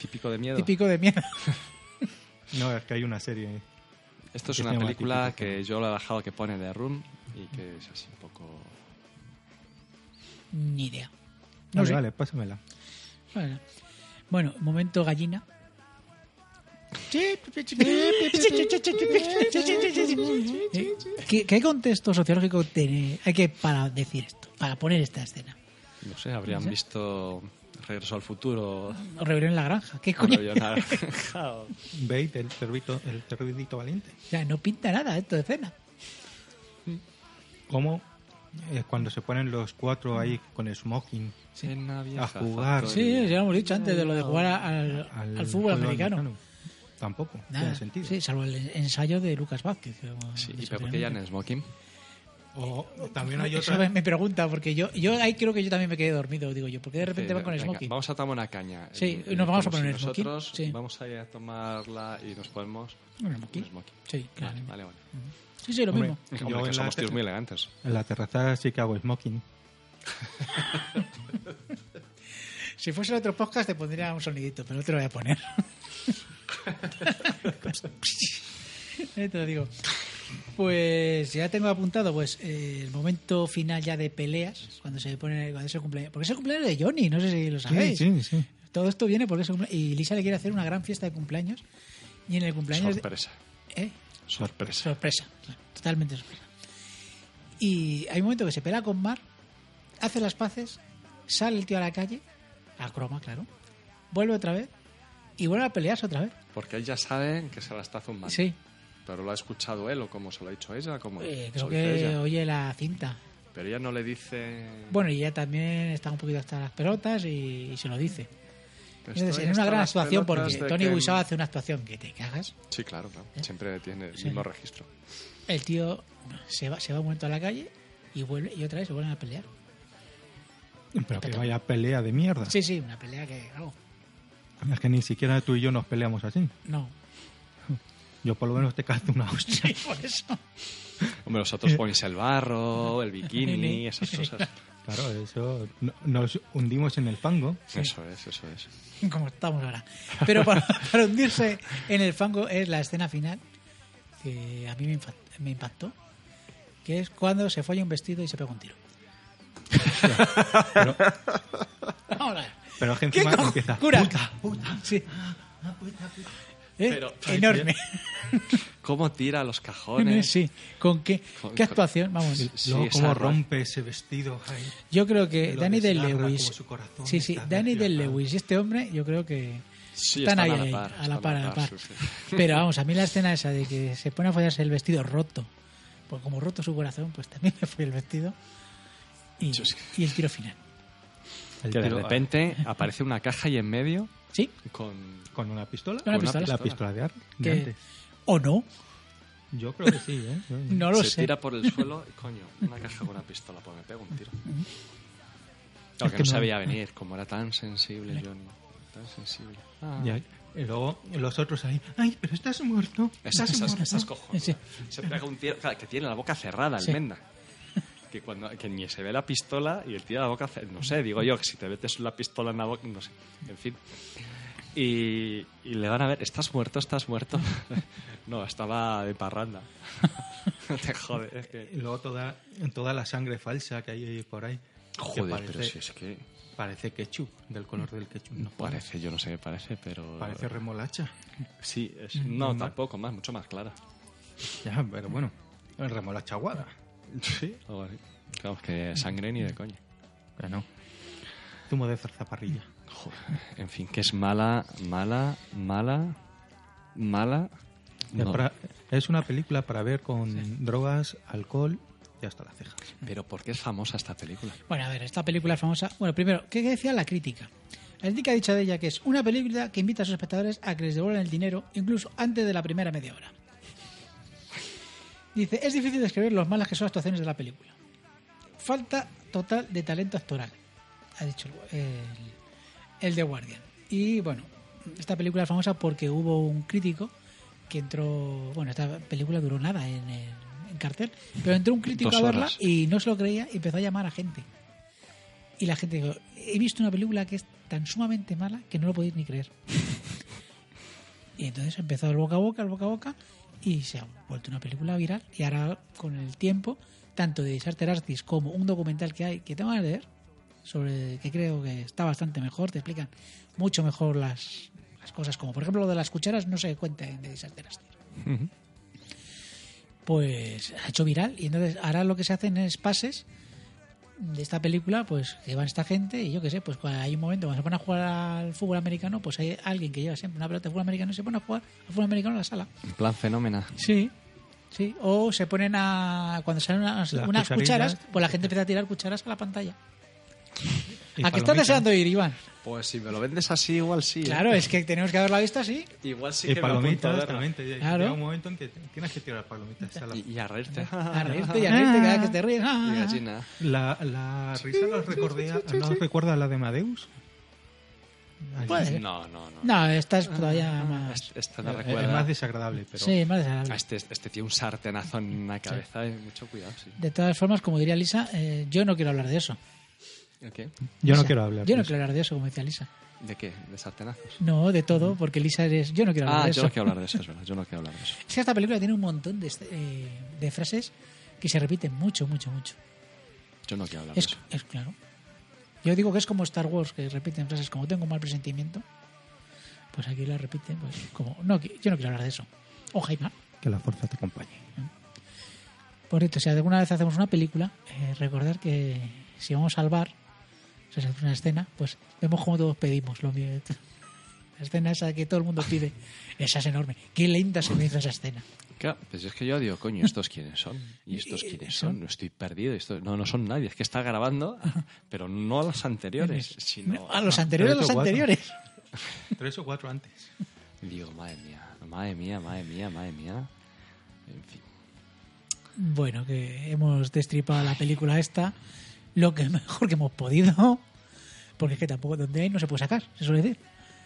Típico de miedo. típico de miedo. No, es que hay una serie. Esto es que se una llama película que yo la he dejado que pone de Room y que es así un poco. Ni idea. Típico. No Vale, sé. vale, pásamela. Bueno. Bueno, momento *laughs* gallina. ¿Qué, qué contexto sociológico tiene- hay que para decir esto, para poner esta escena? No sé, habrían No sé. visto Regreso al *laughs* futuro. O Rebelión en la granja. ¿Qué coño? *laughs* Rebelión en la ¿Veis el cervito, el cervidito valiente? O sea, no pinta nada esto de escena. ¿Cómo? eh, cuando se ponen los cuatro ahí con el smoking En la vieja a jugar. Sí, ya lo hemos dicho antes de lo de jugar al, al fútbol americano. Tampoco, Nada. tiene sentido. Sí, salvo el ensayo de Lucas Vázquez. que hemos Sí, dicho pero porque ya en previamente. Smoking. O también hay Eso otra. me, me pregunta, porque yo, yo ahí creo que yo también me quedé dormido, digo yo. porque de repente Sí, van con Eh, venga, smoking? Vamos a tomar una caña. Sí, Eh, nos vamos a como si poner smoking, Nosotros sí. vamos a ir a tomarla y nos ponemos. Un smoking. un smoking. Sí, claro. Vale, vale. vale. Sí, sí, lo Hombre, mismo. yo Hombre, que en la somos tíos terra- muy elegantes. En la terraza sí que hago smoking. Si fuese otro podcast te pondría un sonidito, pero no te lo voy a *laughs* poner. Eh, te lo digo. Pues ya tengo apuntado pues eh, el momento final ya de peleas, cuando se pone cuando es el cumpleaños. Porque es el cumpleaños de Johnny, no sé si lo sabéis. Sí, sí, sí. Todo esto viene porque es el cumple- Y Lisa le quiere hacer una gran fiesta de cumpleaños. Y en el cumpleaños... de- Sorpresa. ¿Eh? Sorpresa. Sorpresa, totalmente sorpresa. Y hay un momento que se pelea con Mar, hace las paces, sale el tío a la calle, a croma, claro, vuelve otra vez y vuelve a pelearse otra vez. Porque ella sabe que se la está zumbando. Sí. Pero lo ha escuchado él o como se lo ha dicho ella, como Eh, se creo lo dice que ella. oye la cinta. Pero ella no le dice... Bueno, y ella también está un poquito hasta las pelotas y, y se lo dice. Entonces, en una gran actuación, porque Tony Wiseau hace una actuación que te cagas. Sí, claro, claro. Siempre tiene el Sí. mismo registro. El tío se va, se va un momento a la calle y vuelve y otra vez se vuelven a pelear. Pero que vaya pelea de mierda. Sí, sí, una pelea que. vamos, Es que ni siquiera tú y yo nos peleamos así. no, *laughs* Yo por lo menos te canto una hostia. por eso. Hombre, los otros ponéis el *laughs* barro, el bikini, esas cosas. Claro, eso no- nos hundimos en el fango. Eso es, eso es. como estamos ahora. Pero *laughs* para, para hundirse en el fango es la escena final que a mí me, infa- me impactó, que es cuando se folla un vestido y se pega un tiro. *laughs* Pero, Vamos a ver. pero es que ¡Qué encima empieza. cura! "Puta, Sí. ¿Eh? Pero- Enorme. ¿Cómo tira los cajones? *laughs* Sí, con qué, Con- qué con- actuación, vamos. Sí, Luego, esa cómo ra- rompe ese vestido. ay. Yo creo que Lo Danny Del desgarra como Lewis. su corazón Sí, sí, está Danny Del Lewis y este hombre, yo creo que Sí, están, están a ahí, la ahí, par, a la están par, a a la la par, par. sí, *laughs* Pero vamos, a mí la escena esa de que se pone a follarse el vestido roto, porque como roto su corazón, pues también *laughs* me fue el vestido. Y, y el tiro final. Que de tiro- *laughs* repente aparece una caja y en medio. Sí. Con, ¿Con una pistola? Con una pistola. La pistola de ar. de Que- antes. ¿O no? Yo creo que sí, ¿eh? *laughs* No lo se sé. tira por el suelo y coño, una caja con una pistola, pues me pega un tiro. Claro Es que que no no- sabía venir, como era tan sensible Johnny. Tan sensible. Ah. Ya, y luego los otros ahí. Ay, pero estás muerto. Esas, Estás esas, muerto. esas cojones. Sí. Se pega un tiro. claro, que tiene la boca cerrada, Sí. almenda. Que, cuando, que ni se ve la pistola y el tira la boca cerrada. No sé, digo yo, que si te metes la pistola en la boca, no sé. En fin. Y, y le van a ver, ¿estás muerto? ¿Estás muerto? *laughs* no, estaba de parranda. *laughs* No te jode. Es que... Y luego toda, toda la sangre falsa que hay por ahí. que Joder, pero si es que. Parece ketchup, del color del ketchup. No Parece, yo no sé qué parece, pero. Parece remolacha. Sí, es- Mm, no, no. tampoco, más, mucho más clara. Ya, pero bueno. Remolacha aguada. Sí, algo así. Claro, es que sangre ni de coña. Bueno. Zumo de zarzaparrilla. En fin, que es mala, mala, mala, mala. Es No. para- Es una película para ver con drogas, alcohol y hasta la ceja. Pero ¿por qué es famosa esta película? Bueno, a ver, esta película es famosa. Bueno, primero, ¿qué decía la crítica? La crítica ha dicho de ella que es una película que invita a sus espectadores a que les devuelvan el dinero, incluso antes de la primera media hora. Dice, es difícil describir los malas que son las actuaciones de la película. Falta total de talento actoral, ha dicho el, el- el The Guardian. Y bueno, esta película es famosa porque hubo un crítico que entró... Bueno, esta película duró nada en, el- en cartel, pero entró un crítico Dos a verla horas. y no se lo creía y empezó a llamar a gente. Y la gente dijo, he visto una película que es tan sumamente mala que no lo podéis ni creer. y entonces empezó el boca a boca, el boca a boca, y se ha vuelto una película viral. Y ahora, con el tiempo, tanto de Disaster Artist como un documental que hay, que tengo ganas de ver, sobre que creo que está bastante mejor, te explican mucho mejor las, las cosas. Como por ejemplo lo de las cucharas no se cuenta en The Disaster Artist pues ha hecho viral y entonces ahora lo que se hacen es pases de esta película pues que van esta gente y yo qué sé pues cuando hay un momento cuando se van a jugar al fútbol americano pues hay alguien que lleva siempre una pelota de fútbol americano y se pone a jugar al fútbol americano en la sala En plan fenómena. sí sí o se ponen a cuando salen unas, Las unas cucharillas. cucharas pues la gente empieza a tirar cucharas a la pantalla Y a que estás palomitas. deseando ir Iván Pues si me lo vendes así, igual sí. ¿eh? claro es que tenemos que haberla visto así Igual sí y que me apunto a palomitas verla. también. Te, Claro. Llega un momento en que tienes que tirar palomitas. a la- Y, y a reírte. a reírte y a reírte cada vez que te ríes *laughs* Ah. Y gallina. La, la risa nos, recordea- nos recuerda a la de Madeus. Puede ser. No, no, no. no esta es todavía más Este- Esta no Eh, Es- es recuerda. más desagradable, pero- Sí, es más desagradable. Ah, Este, este tiene un sartenazo en la cabeza. eh, Mucho cuidado, sí. De todas formas, como diría Lisa, eh, yo no quiero hablar de eso. ¿El qué? Yo no Lisa, quiero hablar. Yo no quiero hablar de eso, como decía Lisa. ¿De qué? ¿De sartenazos? No, de todo, porque Lisa es... Yo no quiero hablar Ah, de yo eso. no quiero hablar de eso, es verdad. Yo no quiero hablar de eso. Es que esta película tiene un montón de, eh, de frases que se repiten mucho, mucho, mucho. Yo no quiero hablar Es, de eso. es claro. Yo digo que es como Star Wars, que repiten frases como tengo un mal presentimiento. Pues aquí la repiten, pues como... No, qui- yo no quiero hablar de eso. O Jaime. Que la fuerza te acompañe. Por esto, si alguna vez hacemos una película, eh, recordar que si vamos al bar, o sea, si hacemos una escena, pues vemos cómo todos pedimos lo mismo. *laughs* La escena esa que todo el mundo pide, esa es enorme. Qué lenta se me hizo esa escena. Claro, pues es que yo digo, coño, ¿estos quiénes son? ¿Y estos quiénes son? No estoy perdido. Esto, no, no son nadie. Es que está grabando, pero no a los anteriores, sino A los anteriores, a los anteriores. Tres o cuatro antes. Digo, madre mía, madre mía, madre mía, madre mía. En fin. Bueno, que hemos destripado la película esta lo que mejor que hemos podido, porque es que tampoco donde hay no se puede sacar, se suele decir.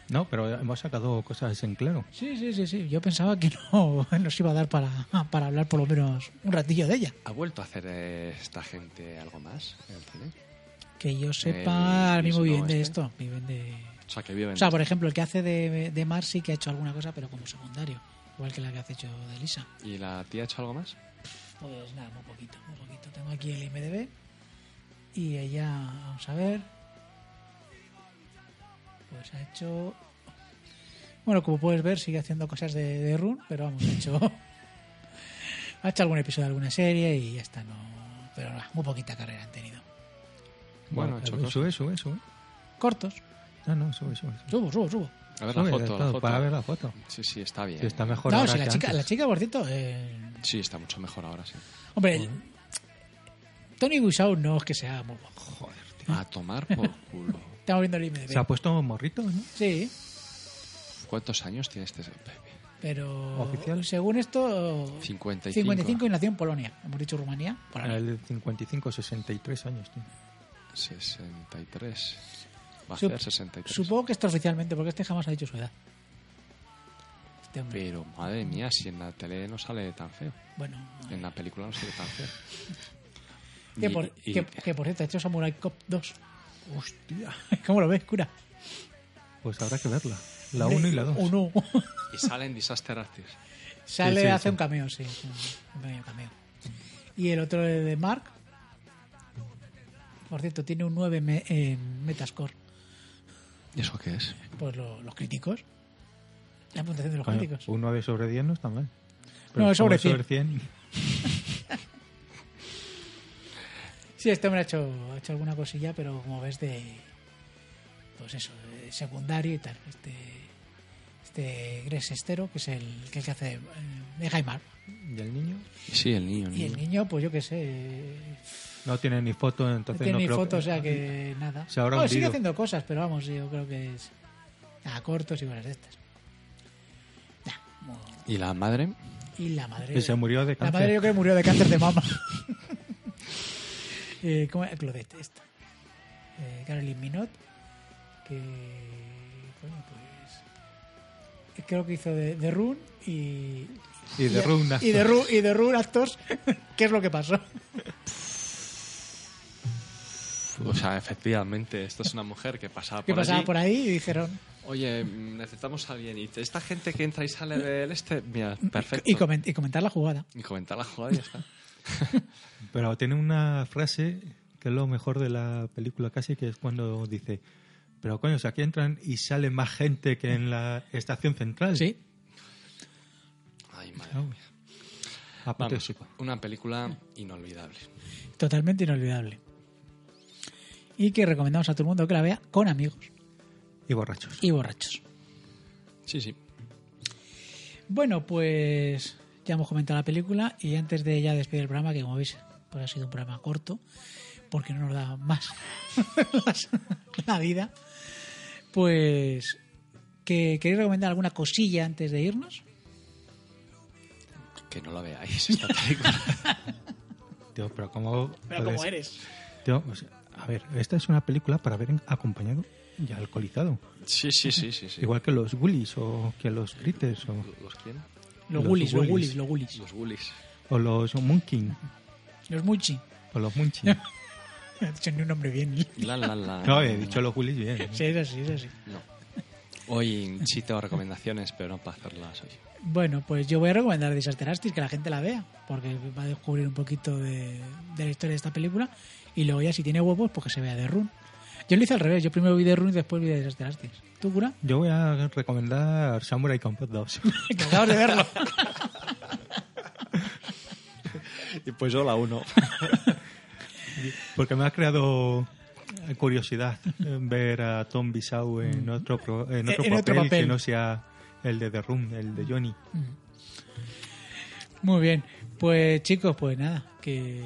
No, pero hemos sacado cosas en claro. Sí, sí, sí, sí. Yo pensaba que no *laughs* nos iba a dar para, para hablar por lo menos un ratillo de ella. ¿Ha vuelto a hacer eh, esta gente algo más en el cine? Que yo sepa, el mismo viven de esto. Viven de... O sea, que viven O sea, por ejemplo, el que hace de, de Mar sí que ha hecho alguna cosa, pero como secundario. Igual que la que has hecho de Lisa. ¿Y la tía ha hecho algo más? Pues nada, muy poquito, muy poquito. Tengo aquí el IMDB y ella, vamos a ver, pues ha hecho, bueno, como puedes ver, sigue haciendo cosas de, de run, pero vamos, ha hecho, *laughs* ha hecho algún episodio de alguna serie y ya está, no, pero nada, muy poquita carrera han tenido. Bueno, ha hecho eh, Sube, sube, sube, sube. Cortos. No, no, sube, sube. sube. Subo, subo, subo. A ver la Sube, foto, la claro, foto. Para ver la foto. Sí, sí, está bien. Sí, está mejor no, ahora si la que chica, antes. la chica, por cierto, eh, Sí, está mucho mejor ahora, sí. hombre, el- Tony Guisau no es que sea muy guapo. A tomar por culo. Estamos viendo el IMDB. Se ha puesto morrito, ¿no? Sí, ¿Cuántos años tiene este? pero según esto, 55. 55 y nació en Polonia, hemos dicho Rumanía. El 55, 63 años. tío. 63. Va a Sup- ser 63. Supongo que está oficialmente, porque este jamás ha dicho su edad. Este Pero madre mía, si en la tele no sale tan feo. Bueno, En la película no sale tan feo. *laughs* que Y- por, y- que, que por cierto, ha hecho Samurai Cop 2. Hostia. *laughs* ¿Cómo lo ves, cura? Pues habrá que verla. La 1 y la 2. Uno. *laughs* y sale en Disaster Artist. Sale, sí, hace sí. un cameo, sí. es un- Un pequeño cameo. Y el otro es de Mark. Por cierto, tiene un 9 me- en Metascore. ¿Y eso qué es? Pues lo- los críticos. La puntuación de los Bueno, críticos. un 9 sobre 10 no está mal. No, es sobre como 100. Sí, este hombre ha hecho, ha hecho alguna cosilla, pero como ves de. Pues eso, de secundario y tal. Este. Este Gres Estero, que es el que, es el que hace eh, de, de Jaimar. ¿Y el niño? Sí, el niño. Y Mm. el niño, pues yo qué sé. No tiene ni foto, No entonces tiene no ni creo foto, que- ah, o sea que nada. Se habrá Bueno, sigue hundido. haciendo cosas, pero vamos, yo creo que es. A cortos y cosas de estas. ¿Y la madre? Y la madre. Que se murió de La cáncer. madre yo creo que murió de cáncer *laughs* de mama. eh, ¿Cómo es? Claudette, esta. Eh, Caroline Minot, que... Bueno, pues... eh, Creo que hizo de, de Rune y... *laughs* Y de Rune Y de Actors. Rune, y de Rune Actors. *laughs* ¿Qué es lo que pasó? O sea, efectivamente, esta es una mujer que pasaba Que por pasaba allí. por ahí y dijeron... Oye, mm, necesitamos a alguien. Y esta gente que entra y sale del este, mira, perfecto. Y, comen- y comentar la jugada. Y comentar la jugada y ya está. Pero tiene una frase que es lo mejor de la película casi, que es cuando dice, pero coño, si aquí entran y sale más gente que en la estación central. Sí. Ay, madre Claro. mía. Vamos, Apoteósico. una película inolvidable. Totalmente inolvidable. Y que recomendamos a todo el mundo que la vea con amigos Y borrachos. y borrachos. Sí, sí. Bueno, pues ya hemos comentado la película y antes de ya despedir el programa, que como veis, pues ha sido un programa corto, porque no nos da más *laughs* la vida, pues que queréis recomendar alguna cosilla antes de irnos. Que no la veáis esta película. Tío, pero cómo... puedes- eres. Tío, o sea, a ver, esta es una película para ver en- acompañado y alcoholizado. *laughs* Sí, sí, sí, sí. sí. Igual que los Bullies o que los Critters o, ¿Los quién? Los Los gulis, los gulis, gulis. los gulis. Los Bullies. o los Munkin Los *laughs* muchi. o los Munchin. No he dicho ni un nombre bien. La, la, la. No, he dicho los Bullies bien. ¿eh? Sí, es así, es así. No. Hoy sí tengo recomendaciones, pero no para hacerlas hoy. Bueno, pues yo voy a recomendar Disaster Artist, que la gente la vea, porque va a descubrir un poquito de, de la historia de esta película. Y luego ya si tiene huevos, pues que se vea The Run. Yo lo hice al revés, yo primero vi The Run y después vi Disaster Artist. ¿Tú, cura? Yo voy a recomendar Samurai Combat 2. Que acabas de *laughs* verlo. Y pues yo la uno. *laughs* Porque me ha creado curiosidad eh, ver a Tom Bissau en otro, pro- en otro, En papel, otro que papel. no sea el de The Room, el de Johnny. Muy bien, pues chicos, pues nada, que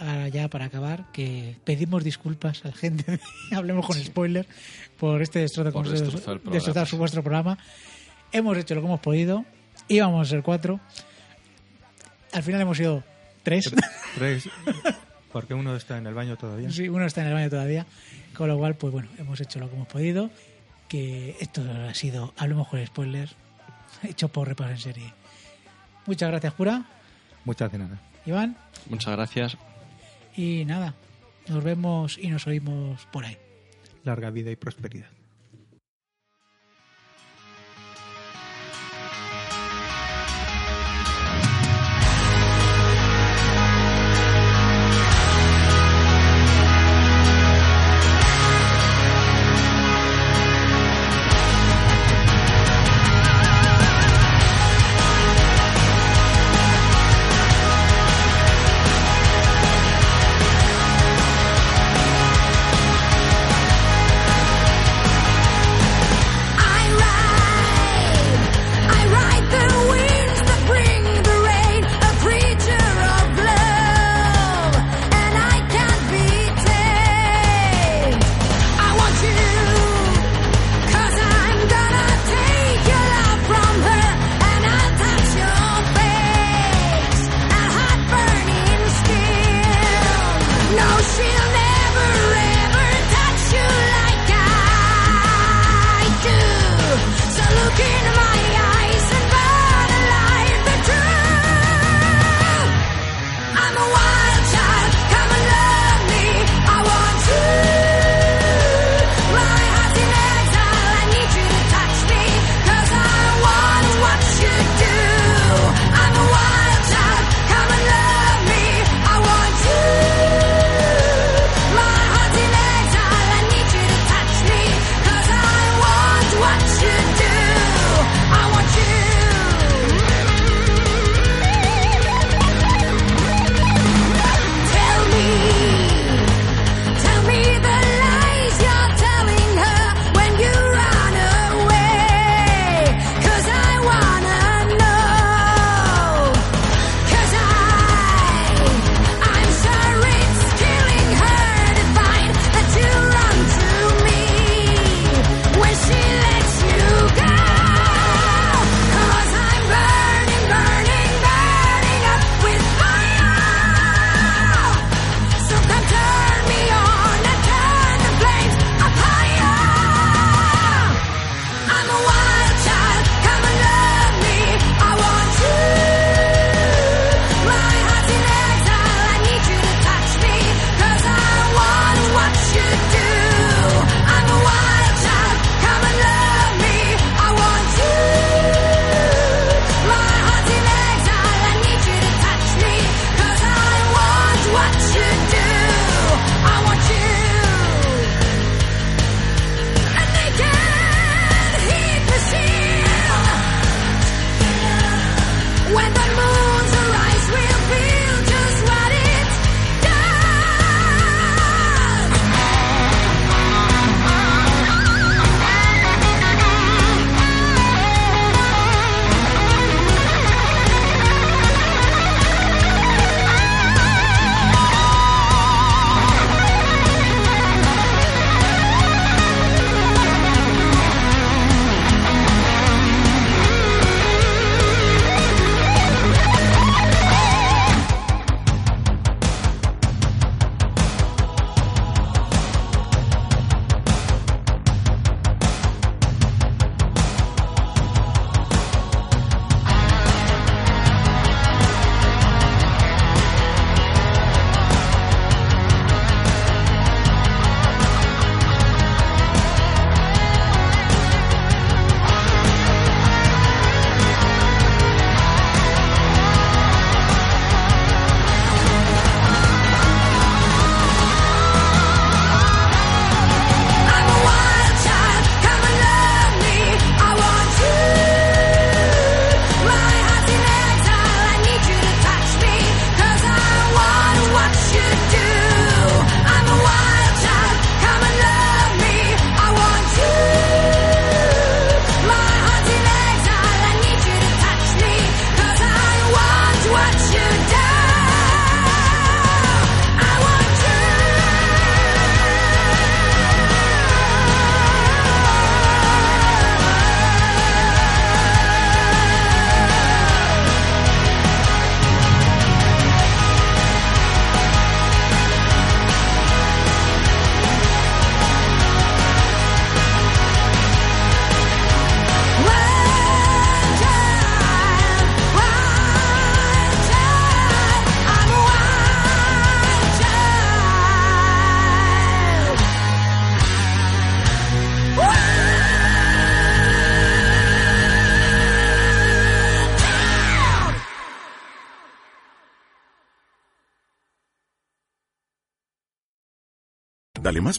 ahora ya para acabar, que pedimos disculpas a la gente, *laughs* hablemos con spoilers, por este destrozo Por que hemos destrozar el programa. destrozar su- vuestro programa. Hemos hecho lo que hemos podido, íbamos a ser cuatro, al final hemos sido tres. Tres, porque uno está en el baño todavía. *laughs* Sí, uno está en el baño todavía. Con lo cual, pues bueno, hemos hecho lo que hemos podido. Que esto ha sido, hablemos con spoilers, hecho por Repas en Serie. Muchas gracias, Jura, Muchas de nada. Iván, Muchas gracias. y nada, nos vemos y nos oímos por ahí. Larga vida y prosperidad. Thank Dale más